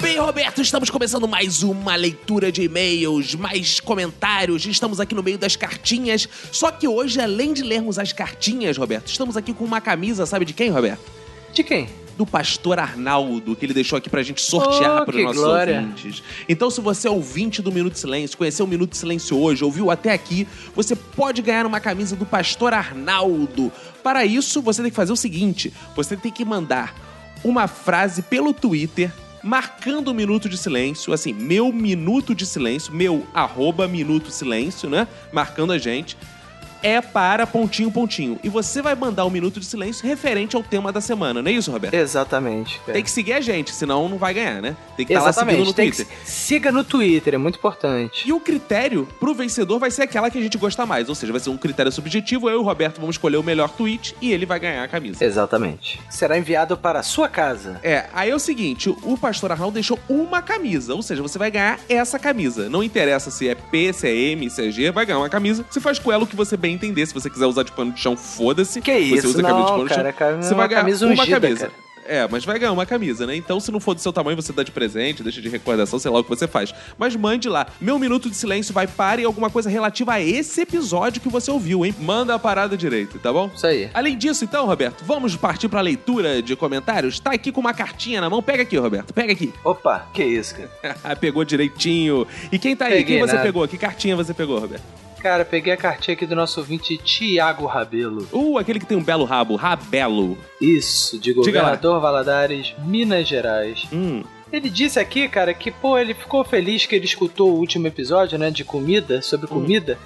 Bem, Roberto, estamos começando mais uma leitura de e-mails, mais comentários. Estamos aqui no meio das cartinhas. Só que hoje, além de lermos as cartinhas, Roberto, estamos aqui com uma camisa, sabe de quem, Roberto? De quem? Do pastor Arnaldo, que ele deixou aqui pra gente sortear Oh, para que os nossos glória. ouvintes. Então, se você é ouvinte do Minuto de Silêncio, conheceu o Minuto de Silêncio hoje, ouviu até aqui, você pode ganhar uma camisa do pastor Arnaldo. Para isso, você tem que fazer o seguinte: você tem que mandar uma frase pelo Twitter. Marcando o minuto de silêncio, assim, meu minuto de silêncio, meu arroba minuto silêncio, né? Marcando a gente é para pontinho, pontinho. E você vai mandar um minuto de silêncio referente ao tema da semana, não é isso, Roberto? Exatamente. cara. Tem que seguir a gente, senão não vai ganhar, né? Tem que estar lá É. Exatamente, seguindo no tem que Twitter. se- siga no Twitter, é muito importante. E o critério pro vencedor vai ser aquela que a gente gosta mais. Ou seja, vai ser um critério subjetivo. Eu e o Roberto vamos escolher o melhor tweet e ele vai ganhar a camisa. Exatamente. Será enviado para a sua casa. É, aí é o seguinte, o Pastor Arnaldo deixou uma camisa, ou seja, você vai ganhar essa camisa. Não interessa se é P, se é M, se é G, vai ganhar uma camisa. Você faz com ela o que você bem entender. Se você quiser usar de pano de chão, foda-se. Que isso, não, cara, cara, Você uma vai ganhar camisa uma ungida, camisa. cara. É, mas vai ganhar uma camisa, né? Então, se não for do seu tamanho, você dá de presente, deixa de recordação, sei lá o que você faz. Mas mande lá. Meu minuto de silêncio vai para e alguma coisa relativa a esse episódio que você ouviu, hein? Manda a parada direito, tá bom? Isso aí. Além disso, então, Roberto, vamos partir pra leitura de comentários. Tá aqui com uma cartinha na mão. Pega aqui, Roberto. Pega aqui. Opa, que isso, cara? pegou direitinho. E quem tá aí? Peguei quem você nada. pegou? Que cartinha você pegou, Roberto? Cara, peguei a cartinha aqui do nosso ouvinte Tiago Rabelo. Uh, aquele que tem um belo rabo. Rabelo. Isso, de Diga lá. governador Valadares, Minas Gerais. Hum, Ele disse aqui, cara, que, pô, ele ficou feliz que ele escutou o último episódio, né, de comida, sobre Hum. comida,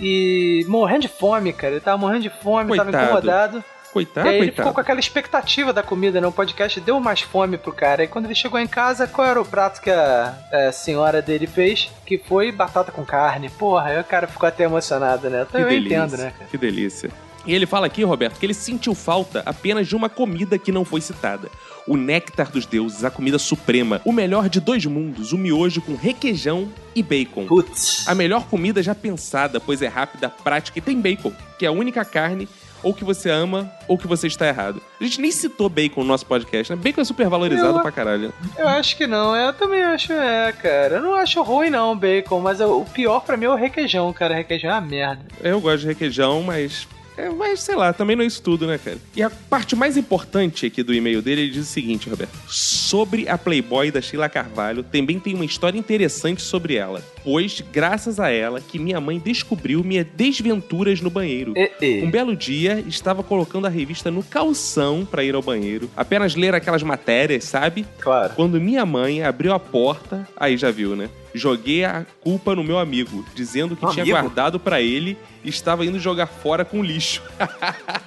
e morrendo de fome, cara. Ele tava morrendo de fome, tava Coitado. incomodado. Coitado, e aí ele Ah, coitado. ficou com aquela expectativa da comida, né? O podcast deu mais fome pro cara. E quando ele chegou em casa, qual era o prato que a, a senhora dele fez? Que foi batata com carne. Porra, aí o cara ficou até emocionado, né? Então eu entendo, né, cara? Que delícia. E ele fala aqui, Roberto, que ele sentiu falta apenas de uma comida que não foi citada. O néctar dos deuses, a comida suprema, o melhor de dois mundos, o miojo com requeijão e bacon. Putz. A melhor comida já pensada, pois é rápida, prática e tem bacon, que é a única carne ou que você ama ou que você está errado. A gente nem citou bacon no nosso podcast, né? Bacon é super valorizado Eu- pra caralho. Eu acho que não, eu também acho, é, cara. Eu não acho ruim não, bacon, mas eu- o pior pra mim é o requeijão, cara. Requeijão é uma merda. Eu gosto de requeijão, mas. é, mas sei lá, também não é isso tudo, né, cara? E a parte mais importante aqui do e-mail dele, ele diz o seguinte, Roberto. Sobre a Playboy da Sheila Carvalho, também tem uma história interessante sobre ela. Pois, graças a ela, que minha mãe descobriu minhas desventuras no banheiro. Hum, Um belo dia, estava colocando a revista no calção pra ir ao banheiro. Apenas ler aquelas matérias, sabe? Claro. Quando minha mãe abriu a porta, aí já viu, né? Joguei a culpa no meu amigo, dizendo que Um tinha amigo? guardado pra ele e estava indo jogar fora com lixo.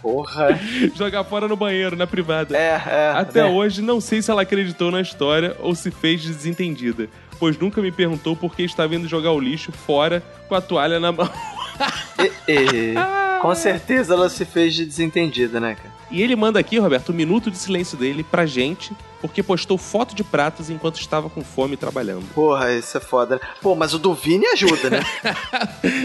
Porra. jogar fora no banheiro, na privada. É, é. Até é. hoje, não sei se ela acreditou na história ou se fez desentendida, pois nunca me perguntou por que estava indo jogar o lixo fora com a toalha na mão. E- Ah. com certeza ela se fez de desentendida, né, cara? E ele manda aqui, Roberto, o minuto de silêncio dele pra gente, porque postou foto de pratos enquanto estava com fome trabalhando. Porra, isso é foda. né? Pô, mas o do Vini ajuda, né?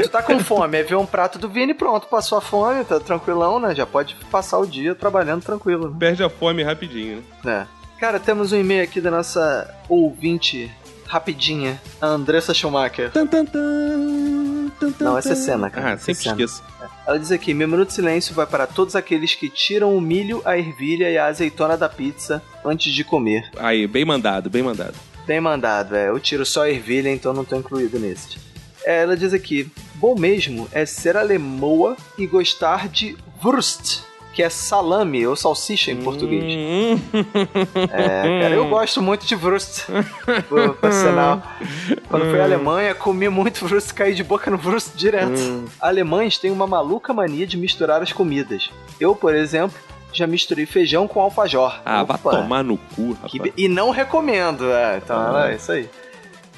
tu tá com fome, aí vê um prato do Vini, pronto, passou a fome, tá tranquilão, né? Já pode passar o dia trabalhando tranquilo. Né? Perde a fome rapidinho, né? É. Cara, temos um e-mail aqui da nossa ouvinte rapidinha, a Andressa Schumacher. Não, essa é cena, cara. Ah, sempre esqueço. Ela diz aqui: Meu minuto de silêncio vai para todos aqueles que tiram o milho, a ervilha e a azeitona da pizza antes de comer. Aí, bem mandado, bem mandado. Bem mandado, é. Eu tiro só a ervilha, então não tô incluído nesse. É, ela diz aqui: Bom mesmo é ser alemoa e gostar de Wurst, que é salame ou salsicha em português. Hum, É, cara, eu gosto muito de Wurst. Por, por sinal. Quando fui à Alemanha, comi muito Wurst, caí de boca no Wurst direto. Alemães têm uma maluca mania de misturar as comidas. Eu, por exemplo, já misturei feijão com alfajor. Ah, vai Opa. tomar no cu, rapaz. Que be- E não recomendo, é. Então Ah. é isso aí.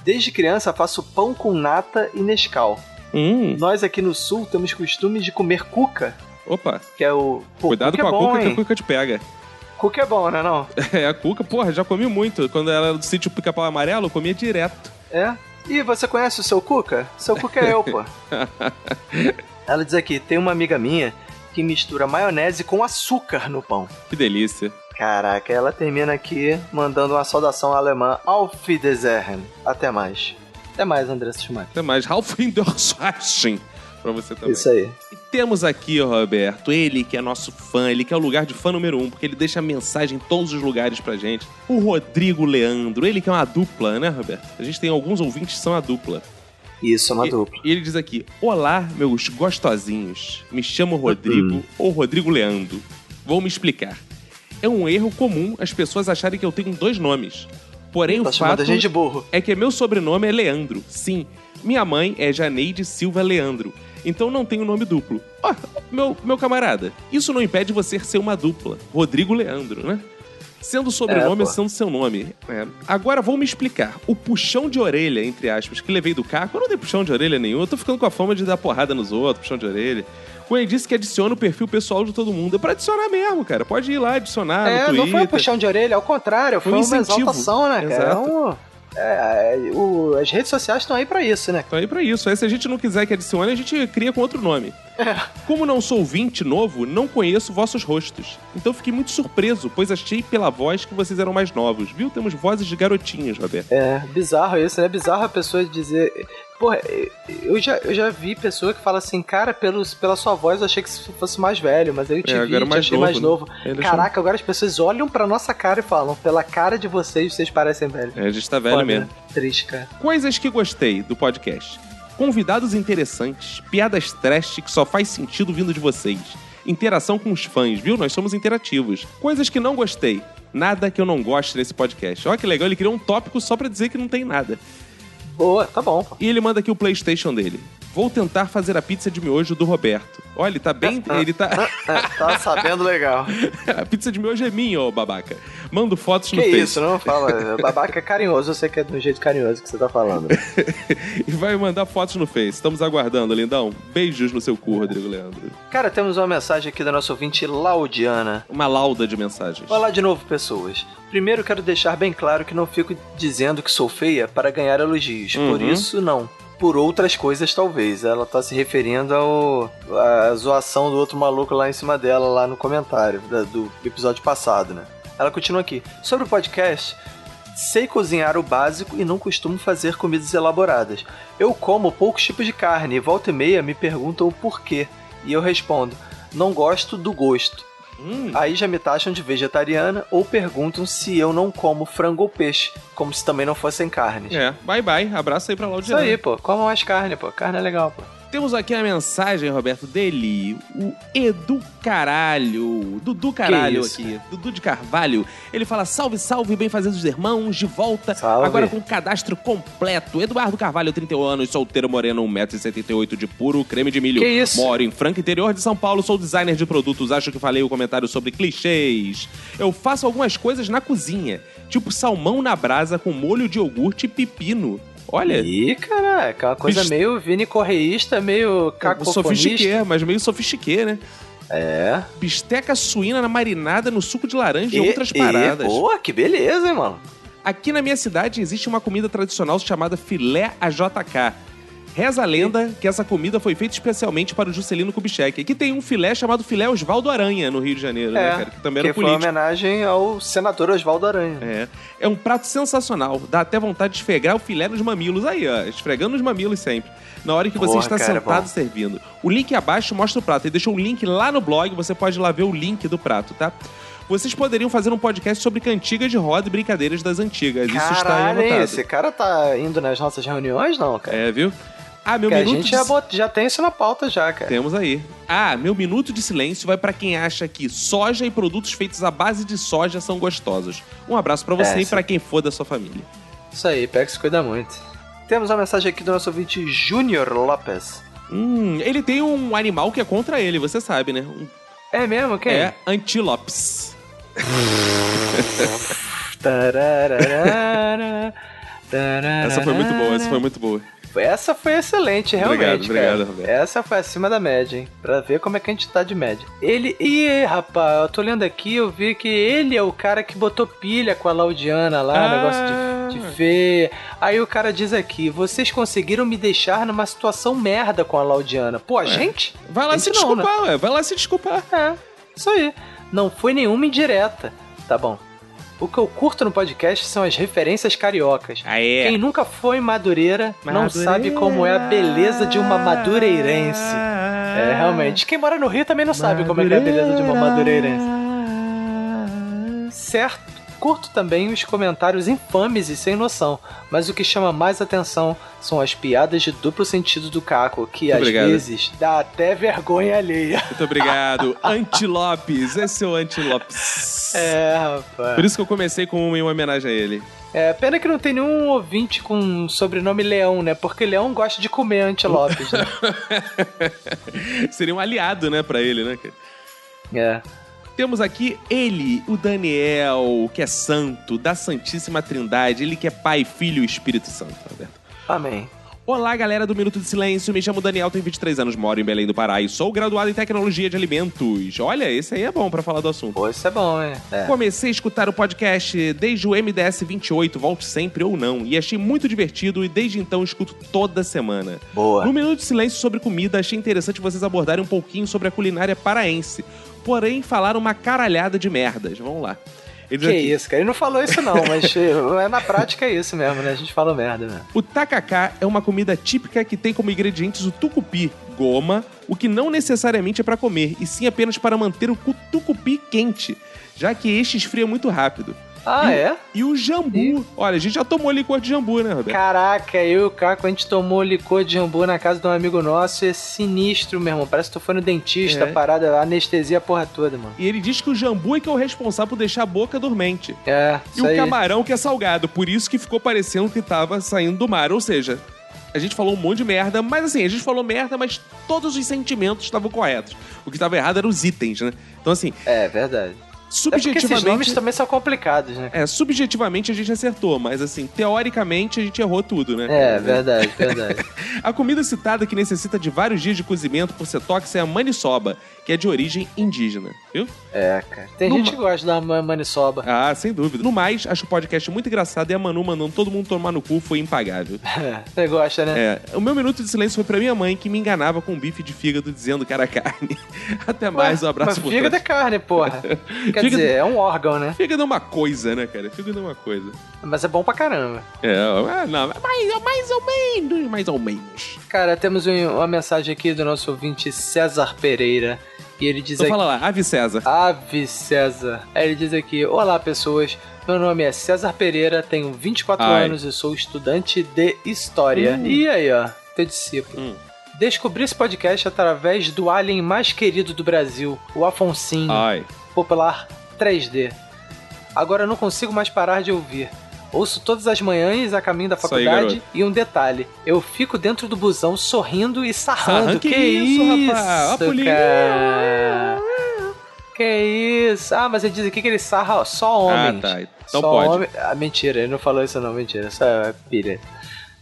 Desde criança faço pão com nata e Nescau. Hum. Nós aqui no sul temos costume de comer cuca, Opa, que é o. Pô, cuidado cuca com a é bom, cuca que a hein? cuca te pega. Cuca é bom, né não? É, a cuca, porra, já comi muito. Quando ela era do sítio Pica-Pau Amarelo, eu comia direto. É? E você conhece o seu cuca? Seu cuca é eu, pô. Ela diz aqui: tem uma amiga minha que mistura maionese com açúcar no pão. que delícia. Caraca, ela termina aqui mandando uma saudação alemã Auf Wiedersehen. Até mais. Até mais, Andressa Schumacher. Até mais. Ralph Indorsaching. Pra você também. Isso aí. E temos aqui, Roberto, ele que é nosso fã, ele que é o lugar de fã número um, porque ele deixa mensagem em todos os lugares pra gente. O Rodrigo Leandro, ele que é uma dupla, né, Roberto? A gente tem alguns ouvintes que são a dupla. Isso, é uma dupla. E ele diz aqui: Olá, meus gostosinhos. Me chamo Rodrigo Uhum. ou Rodrigo Leandro. Vou me explicar. É um erro comum as pessoas acharem que eu tenho dois nomes. Porém, Tá o chamando fato a gente de burro. é que meu sobrenome é Leandro. Sim, minha mãe é Janeide Silva Leandro. então não tem o nome duplo. Ó, meu, meu camarada, isso não impede você ser uma dupla. Rodrigo Leandro, né? Sendo sobrenome É, ou pô. sendo seu nome. É. Agora vou me explicar. O puxão de orelha, entre aspas, que levei do Caco, eu não dei puxão de orelha nenhum. Eu tô ficando com a fama de dar porrada nos outros, puxão de orelha. Quando ele disse que adiciona o perfil pessoal de todo mundo, é pra adicionar mesmo, cara. Pode ir lá, adicionar no é, Twitter. não foi um puxão de orelha, ao contrário, foi, Foi um uma incentivo. exaltação, né, cara? É Exato. um- é, é, o- as redes sociais estão aí pra isso, né? Então aí pra isso. Aí se a gente não quiser que adicione, a gente cria com outro nome. É. Como não sou ouvinte novo, não conheço vossos rostos. Então fiquei muito surpreso, pois achei pela voz que vocês eram mais novos. Viu? Temos vozes de garotinhas, Roberto. É, bizarro isso, né? Bizarro a pessoa dizer. Porra, eu já, eu já vi pessoa que fala assim, cara, pelos, pela sua voz eu achei que você fosse mais velho, mas eu te É, vi, agora te mais achei novo, mais né? novo. É, deixa eu- Caraca, agora as pessoas olham pra nossa cara e falam, pela cara de vocês, vocês parecem velhos. É, a gente tá velho Foda, mesmo. né? Triste, cara. Coisas que gostei do podcast. Convidados interessantes, piadas trash que só faz sentido vindo de vocês. Interação com os fãs, viu? Nós somos interativos. Coisas que não gostei. Nada que eu não goste nesse podcast. Olha que legal, ele criou um tópico só pra dizer que não tem nada. Boa, tá bom. E ele manda aqui o PlayStation dele. Vou tentar fazer a pizza de miojo do Roberto. Olha, ele tá bem. Ah, Ele tá. tá sabendo legal. a pizza de miojo é minha, ô babaca. Mando fotos no ah. que Face. isso, não fala. Babaca é carinhoso, eu sei que é do jeito carinhoso que você tá falando. E vai mandar fotos no Face. Estamos aguardando, lindão. Beijos no seu cu, Rodrigo Leandro. Cara, temos uma mensagem aqui da nossa ouvinte Laudiana. Uma lauda de mensagens. Olá de novo, pessoas. Primeiro quero deixar bem claro que não fico dizendo que sou feia para ganhar elogios. Por Uhum. isso, não. Por outras coisas, talvez. Ela tá se referindo ao à zoação do outro maluco lá em cima dela, lá no comentário da- do episódio passado, né? Ela continua aqui. Sobre o podcast, sei cozinhar o básico e não costumo fazer comidas elaboradas. Eu como poucos tipos de carne e volta e meia me perguntam o porquê. E eu respondo: não gosto do gosto. Hum, Aí já me taxam de vegetariana ou perguntam se eu não como frango ou peixe, como se também não fossem carnes. É, bye bye. Abraço aí pra Isso Laudiana. aí, pô. Coma mais carne, pô. Carne é legal, pô. Temos aqui a mensagem, Roberto, dele, o Edu Caralho, Dudu Caralho isso? aqui, Dudu de Carvalho. Ele fala, salve, salve, bem dos irmãos, de volta, Salve. agora com o cadastro completo. Eduardo Carvalho, 31 anos, solteiro moreno, 1,78m de puro creme de milho. Que isso? Moro em Franca, interior de São Paulo, sou designer de produtos, acho que falei o comentário sobre clichês. Eu faço algumas coisas na cozinha, tipo salmão na brasa com molho de iogurte e pepino. Olha... Ih, caraca, é uma coisa Bicho- É, meio Vini Correísta, meio cacofonista. Sofistiquê, mas meio sofistiquê, né? É. Bisteca suína na marinada no suco de laranja e, E- outras e, paradas. boa, que beleza, hein, mano? Aqui na minha cidade existe uma comida tradicional chamada filé AJK. Reza a lenda que essa comida foi feita especialmente para o Juscelino Kubitschek, que tem um filé chamado filé Osvaldo Aranha no Rio de Janeiro, né, cara? Que também era É, foi uma político. homenagem ao senador Oswaldo Aranha. É. É um prato sensacional. Dá até vontade de esfregar o filé nos mamilos. Aí, ó, esfregando os mamilos sempre. Na hora que você Porra, está cara, é sentado bom. servindo. O link abaixo mostra o prato. E deixou um link lá no blog, você pode ir lá ver o link do prato, tá? Vocês poderiam fazer um podcast sobre cantigas de roda e brincadeiras das antigas. Isso está aí Caralho, hein, anotado. esse cara tá indo nas nossas reuniões, não, cara? É, viu? Ah, meu Porque a minuto gente é de já, bot- já tem isso na pauta já, cara. Temos aí. Ah, meu minuto de silêncio vai pra quem acha que soja e produtos feitos à base de soja são gostosos. Um abraço pra você É, e sim. pra quem for da sua família. Isso aí, pega e se cuida muito. Temos uma mensagem aqui do nosso ouvinte Júnior Lopes. Hum, ele tem um animal que é contra ele, você sabe, né? Um- É mesmo? Quem? É antílopes. Tararara, tararara. Essa foi muito boa, essa foi muito boa. Essa foi excelente, realmente. Obrigado, obrigado, cara. Roberto. Essa foi acima da média, hein? Pra ver como é que a gente tá de média. Ele. Ih, rapaz, eu tô lendo aqui, eu vi que ele é o cara que botou pilha com a Laudiana lá, um Ah. negócio de, de ver. Aí o cara diz aqui: vocês conseguiram me deixar numa situação merda com a Laudiana. É. Pô, a gente? Vai lá A se gente não, né? desculpar, ué. Vai lá se desculpar. É, isso aí. Não foi nenhuma indireta. Tá bom. O que eu curto no podcast são as referências cariocas. Aê. Quem nunca foi em Madureira, não Madureira. sabe como é a beleza de uma madureirense. É, realmente. Quem mora no Rio também não sabe como é que é a beleza de uma madureirense. Certo. Curto também os comentários infames e sem noção, mas o que chama mais atenção são as piadas de duplo sentido do Caco, que Muito às obrigado. vezes dá até vergonha alheia. Muito obrigado. Antilopes, esse é o Antilopes. É, rapaz. Por isso que eu comecei com uma em homenagem a ele. É, pena que não tem nenhum ouvinte com sobrenome Leão, né? Porque Leão gosta de comer antilopes, né? Seria um aliado, né, pra ele, né? cara? É. Temos aqui ele, o Daniel, que é santo, da Santíssima Trindade, ele que é Pai, Filho e Espírito Santo, Roberto. Amém. Olá, galera do Minuto de Silêncio. Me chamo Daniel, tenho 23 anos, moro em Belém do Pará e sou graduado em Tecnologia de Alimentos. Olha, esse aí é bom pra falar do assunto. Pô, isso é bom, hein? É. Comecei a escutar o podcast desde o MDS 28, volte sempre ou não, e achei muito divertido e desde então escuto toda semana. Boa. No Minuto de Silêncio sobre comida, achei interessante vocês abordarem um pouquinho sobre a culinária paraense, porém falaram uma caralhada de merdas. Vamos lá. Eles Que aqui- isso, cara. Ele não falou isso não, mas eh, na prática é isso mesmo, né? A gente fala merda mesmo. O tacacá é uma comida típica que tem como ingredientes o tucupi, goma, o que não necessariamente é para comer, e sim apenas para manter o cu- tucupi quente, já que este esfria muito rápido. Ah, E o- é? E o jambu. Olha, a gente já tomou licor de jambu, né, Roberto? Caraca, eu e o Caco, a gente tomou licor de jambu na casa de um amigo nosso e é sinistro, meu irmão. Parece que tu foi no dentista, É. parada, anestesia a porra toda, mano. E ele diz que o jambu é que é o responsável por deixar a boca dormente. É, E isso o aí. camarão que é salgado, por isso que ficou parecendo que tava saindo do mar. Ou seja, a gente falou um monte de merda, mas assim, a gente falou merda, mas todos os sentimentos estavam corretos. O que estava errado eram os itens, né? Então assim... É, verdade. É porque esses nomes Subjetivamente... também são complicados, né? É, subjetivamente a gente acertou, mas assim, teoricamente a gente errou tudo, né? É, verdade, verdade. a comida citada que necessita de vários dias de cozimento por ser tóxica é a maniçoba, que é de origem indígena, viu? É, cara. Tem No gente que gosta da ma- maniçoba. Ah, sem dúvida. No mais, acho o podcast muito engraçado e a Manu mandando todo mundo tomar no cu foi impagável. Você gosta, né? É, o meu minuto de silêncio foi pra minha mãe, que me enganava com um bife de fígado dizendo que era carne. Até mais, um abraço mas por fígado é trás. carne, porra. Quer Fígado- dizer, é um órgão, né? Fígado é uma coisa, né, cara? Fígado é uma coisa. Mas é bom pra caramba. É, ah, não, mais, mais ou menos, mais ou menos. Cara, temos um- uma mensagem aqui do nosso ouvinte César Pereira. E ele diz Então aqui. fala lá, Ave César. Ave César. Aí ele diz aqui: Olá, pessoas. Meu nome é César Pereira, tenho 24 Ai. anos e sou estudante de História. Hum. E aí, ó, teu discípulo. Descobri esse podcast através do alien mais querido do Brasil, o Afonsinho, Ai. popular 3D. Agora eu não consigo mais parar de ouvir. Ouço todas as manhãs a caminho da Isso aí, faculdade garoto. e um detalhe, eu fico dentro do busão sorrindo e sarrando. Sarrando, que, que isso, isso, rapaz? Ó a polícia. cara. Que isso? Ah, mas ele diz aqui que ele sarra ó, só homens. Ah, tá. Então só pode. homem- Ah, mentira, ele não falou isso não, mentira. Isso é pilha.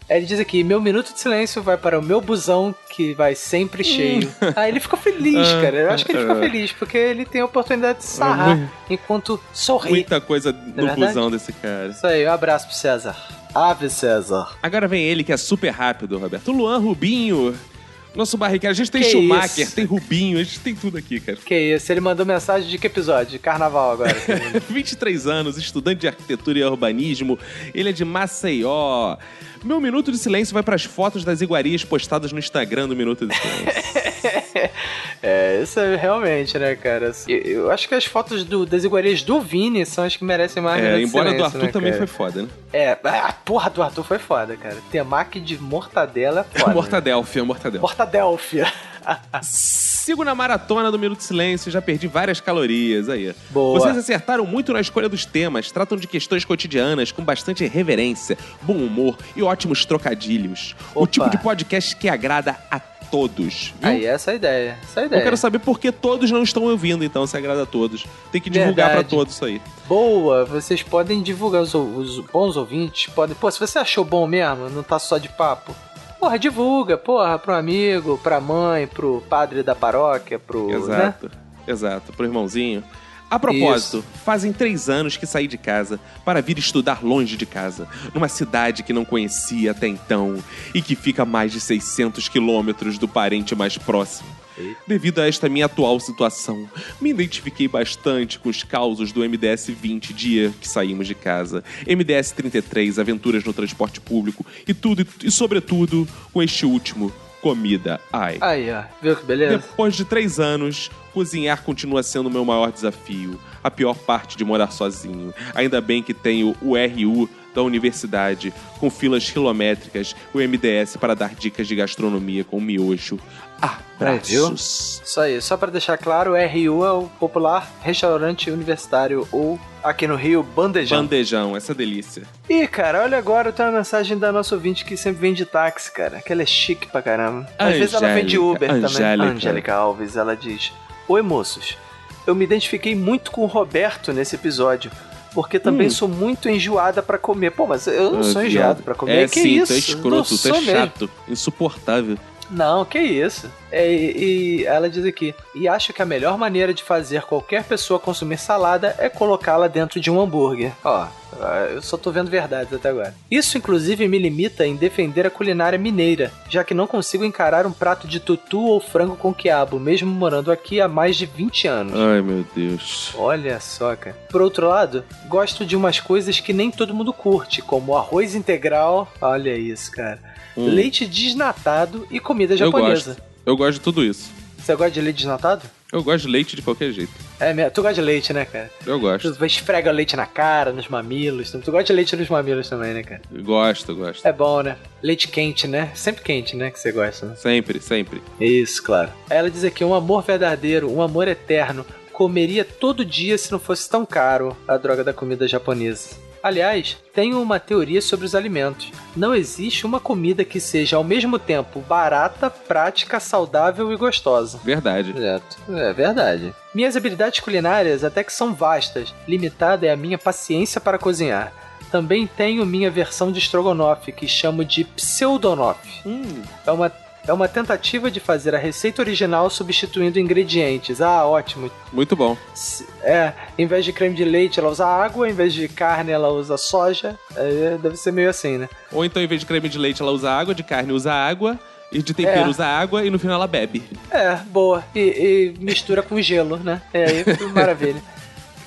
Aí Ele diz aqui, meu minuto de silêncio vai para o meu busão, que vai sempre cheio. Ah, ele ficou feliz, Ah, cara. Eu acho que ele ficou ah. feliz, porque ele tem a oportunidade de sarrar muito- enquanto sorri. Muita coisa no é verdade? busão desse cara. Isso aí, um abraço pro César. Ave César. Agora vem ele que é super rápido, Roberto. Luan Rubinho. Nosso barriqueiro. A gente tem Que Schumacher, isso? tem Rubinho, a gente tem tudo aqui, cara. Que isso, ele mandou mensagem de que episódio? De Carnaval agora. 23 anos, estudante de arquitetura e urbanismo. Ele é de Maceió. Meu minuto de silêncio vai para as fotos das iguarias postadas no Instagram do Minuto de Silêncio. é, isso é realmente, né, cara? Eu, eu acho que as fotos do- das iguarias do Vini são as que merecem mais é, minuto de embora do silêncio, Arthur né, também foi cara? foda, né? É, a porra do Arthur foi foda, cara. Temaki de mortadela é foda. Mortadelfia, Mortadelfia. Mortadelfia. Sigo na maratona do Minuto de Silêncio, já perdi várias calorias aí. Boa. Vocês acertaram muito na escolha dos temas, tratam de questões cotidianas com bastante reverência, bom humor e ótimos trocadilhos. O tipo de podcast que agrada a todos. Viu? Aí, essa é a ideia. Essa é a ideia. Eu quero saber por que todos não estão ouvindo, então, se agrada a todos. Tem que divulgar pra Verdade. todos isso aí. Boa, vocês podem divulgar os, os bons ouvintes, podem. Pô, se você achou bom mesmo, não tá só de papo. Porra, divulga, porra, pro amigo, pra mãe, pro padre da paróquia, pro. né? Exato, exato, pro irmãozinho. A propósito, fazem três anos que saí de casa para vir estudar longe de casa, numa cidade que não conhecia até então e que fica a mais de 600 quilômetros do parente mais próximo. Devido a esta minha atual situação, me identifiquei bastante com os causos do MDS 20, dia que saímos de casa, MDS 33, aventuras no transporte público e tudo e sobretudo com este último, comida. Ai. Aí, ó. Viu que beleza? Depois de três anos, cozinhar continua sendo o meu maior desafio. A pior parte de morar sozinho. Ainda bem que tenho o RU da universidade, com filas quilométricas, o MDS para dar dicas de gastronomia com miojo, Ah, Brasil. Isso aí, só pra deixar claro, RU é o popular restaurante universitário ou aqui no Rio, bandejão. Bandejão, essa delícia. Ih, cara, olha agora, tem uma mensagem da nossa ouvinte que sempre vem de táxi, cara. Que ela é chique pra caramba. Às vezes ela vem de Uber também. Angélica. Angélica Alves, ela diz: Oi, moços. Eu me identifiquei muito com o Roberto nesse episódio. Porque também Hum. sou muito enjoada pra comer. Pô, mas eu não Ah, sou viado. enjoado pra comer. É que sim, isso? tu é Não escroto, tu tá sou é mesmo. chato, insuportável. Não, que isso. É, e, e ela diz aqui: e acho que a melhor maneira de fazer qualquer pessoa consumir salada é colocá-la dentro de um hambúrguer. Ó, ah, eu só tô vendo verdades até agora. Isso, inclusive, me limita em defender a culinária mineira, já que não consigo encarar um prato de tutu ou frango com quiabo, mesmo morando aqui há mais de 20 anos. Ai, meu Deus. Olha só, cara. Por outro lado, gosto de umas coisas que nem todo mundo curte, como arroz integral. Olha isso, cara. Hum. Leite desnatado e comida Eu japonesa. gosto. Eu gosto de tudo isso. Você gosta de leite desnatado? Eu gosto de leite de qualquer jeito. É mesmo. Tu gosta de leite, né, cara? Eu gosto. Tu esfrega o leite na cara, nos mamilos. Tu gosta de leite nos mamilos também, né, cara? Gosto, gosto. É bom, né? Leite quente, né? Sempre quente, né? Que você gosta, né? Sempre, sempre. Isso, claro. Ela diz aqui: um amor verdadeiro, um amor eterno. Comeria todo dia se não fosse tão caro a droga da comida japonesa. Aliás, tenho uma teoria sobre os alimentos. Não existe uma comida que seja ao mesmo tempo barata, prática, saudável e gostosa. Verdade. É verdade. Minhas habilidades culinárias até que são vastas, limitada é a minha paciência para cozinhar. Também tenho minha versão de estrogonofe, que chamo de pseudonofe. É uma é uma tentativa de fazer a receita original substituindo ingredientes. Ah, ótimo. Muito bom. É, em vez de creme de leite, ela usa água, em vez de carne, ela usa soja. É, deve ser meio assim, né? Ou então, em vez de creme de leite, ela usa água, de carne usa água, e de tempero É. usa água, e no final ela bebe. É, boa. E, e mistura com gelo, né? É, aí fica maravilha.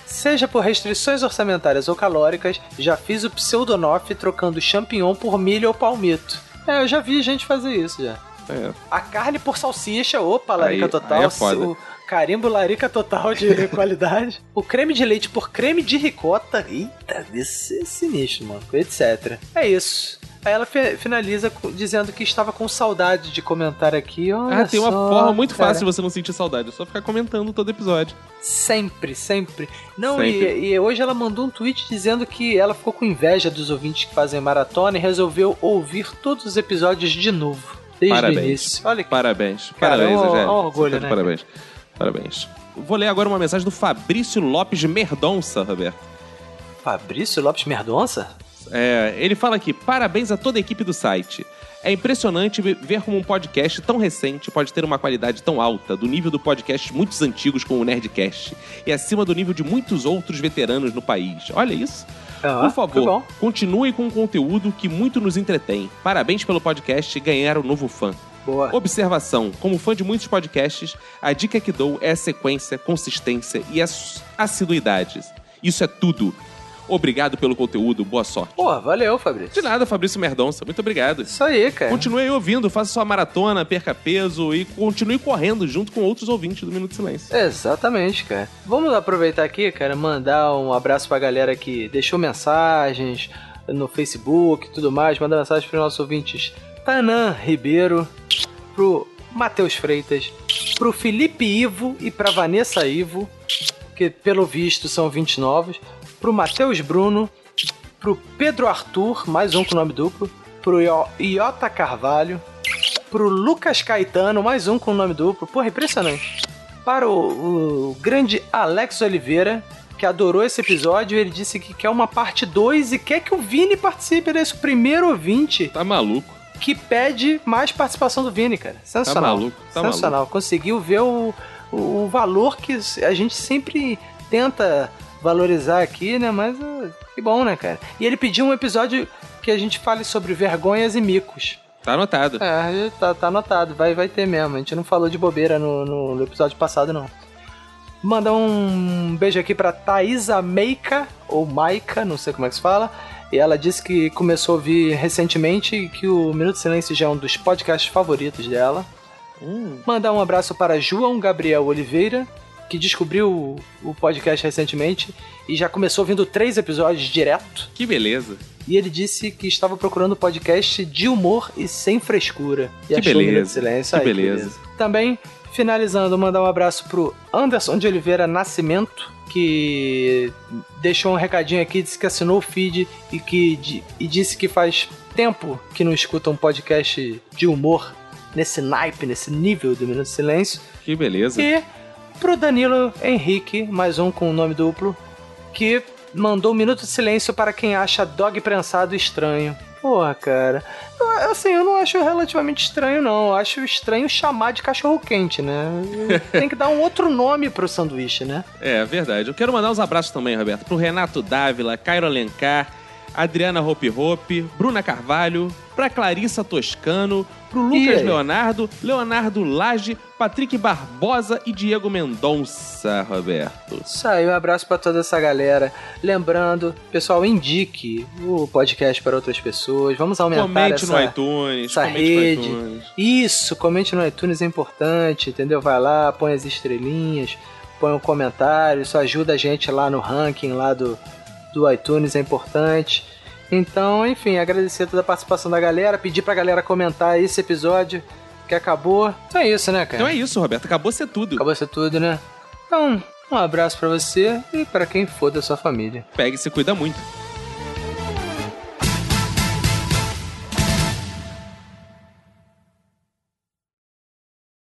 Seja por restrições orçamentárias ou calóricas, já fiz o pseudonofe trocando champignon por milho ou palmito. É, eu já vi gente fazer isso já. É. A carne por salsicha, opa, larica Aí- total. aí é foda. O carimbo larica total de qualidade. O creme de leite por creme de ricota. Eita, esse é sinistro, mano. Etc. É isso. Aí ela fe- finaliza co- dizendo que estava com saudade de comentar aqui. Olha ah, tem uma só, forma muito cara. fácil de você não sentir saudade. É só ficar comentando todo episódio. Sempre, sempre. Não, Sempre. e, e hoje ela mandou um tweet dizendo que ela ficou com inveja dos ouvintes que fazem maratona e resolveu ouvir todos os episódios de novo. Desde o início. parabéns. Olha que... Parabéns. Cara, parabéns, é um- Angélica. é um Você orgulho, tá de né? Parabéns. Parabéns. Vou ler agora uma mensagem do Fabrício Lopes de Merdonça, Roberto. Fabrício Lopes Merdonça? É, ele fala aqui: parabéns a toda a equipe do site. É impressionante ve- ver como um podcast tão recente pode ter uma qualidade tão alta, do nível do podcast muitos antigos como o Nerdcast, e acima do nível de muitos outros veteranos no país. Olha isso. Ah, Por que bom. favor, continue com o conteúdo que muito nos entretém. Parabéns pelo podcast e ganhar um novo fã. Boa. Observação: como fã de muitos podcasts, a dica que dou é a sequência, consistência e as assiduidades. Isso é tudo. Obrigado pelo conteúdo, boa sorte. Pô, valeu, Fabrício. De nada, Fabrício Merdonça. Muito obrigado. Isso aí, cara. Continue aí ouvindo, faça sua maratona, perca peso e continue correndo junto com outros ouvintes do Minuto de Silêncio. Exatamente, cara. Vamos aproveitar aqui, cara, mandar um abraço pra galera que deixou mensagens no Facebook e tudo mais. Mandar mensagem pros nossos ouvintes. Tanan Ribeiro, pro Matheus Freitas, pro Felipe Ivo e pra Vanessa Ivo, que pelo visto são ouvintes novos. Pro Matheus Bruno, pro Pedro Arthur, mais um com nome duplo, pro Io- Iota Carvalho, pro Lucas Caetano, mais um com nome duplo, porra, impressionante. Para o, o grande Alex Oliveira, que adorou esse episódio, ele disse que quer uma parte 2 e quer que o Vini participe desse primeiro ouvinte. Tá maluco. Que pede mais participação do Vini, cara. Sensacional. maluco, tá Sensacional. maluco. Conseguiu ver o, o valor que a gente sempre tenta valorizar aqui, né? Mas ah, que bom, né, cara? E ele pediu um episódio que a gente fale sobre vergonhas e micos. Tá anotado. É, tá, tá anotado, vai, vai ter mesmo. A gente não falou de bobeira no, no- no episódio passado, não. Mandar um beijo aqui pra Thaisa Meika, ou Maika, não sei como é que se fala. E ela disse que começou a ouvir recentemente e que o Minuto de Silêncio já é um dos É. Hum, podcasts favoritos dela. Mandar um abraço para João Gabriel Oliveira, que descobriu o podcast recentemente e já começou vindo três episódios direto. Que beleza. E ele disse que estava procurando um podcast de humor e sem frescura. Que E achou o beleza. Minuto de Silêncio. Que Ai, beleza. Também, finalizando, mandar um abraço pro Anderson de Oliveira Nascimento, que deixou um recadinho aqui, disse que assinou o feed e, que, di- e disse que faz tempo que não escuta um podcast de humor nesse naipe, nesse nível do Minuto de Silêncio. Que beleza. E pro Danilo Henrique, mais um com o nome duplo, que mandou um minuto de silêncio para quem acha dog prensado estranho. Porra, cara. Não, é- Assim, eu não acho relativamente estranho, não. Eu acho estranho chamar de cachorro-quente, né? Tem que dar um outro nome pro sanduíche, né? É, verdade. Eu quero mandar uns abraços também, Roberto, pro Renato Dávila, Cairo Alencar, Adriana Hope Hope, Bruna Carvalho, pra Clarissa Toscano, pro Lucas aí? Leonardo, Leonardo Lage, Patrick Barbosa e Diego Mendonça, Roberto. Isso aí, um abraço pra toda essa galera. Lembrando, pessoal, indique o podcast para outras pessoas. Vamos aumentar Comente essa... no iTunes, essa comente no rede. iTunes. Isso, comente no iTunes é importante, entendeu? Vai lá, põe as estrelinhas, põe um comentário, isso ajuda a gente lá no ranking lá do, do iTunes, é importante. Então, enfim, agradecer toda a participação da galera, pedir pra galera comentar esse episódio que acabou. Então é isso, né, cara? Então é isso, Roberto. Acabou ser tudo. Acabou ser tudo, né? Então, um abraço pra você e pra quem for da sua família. Pega e se cuida muito.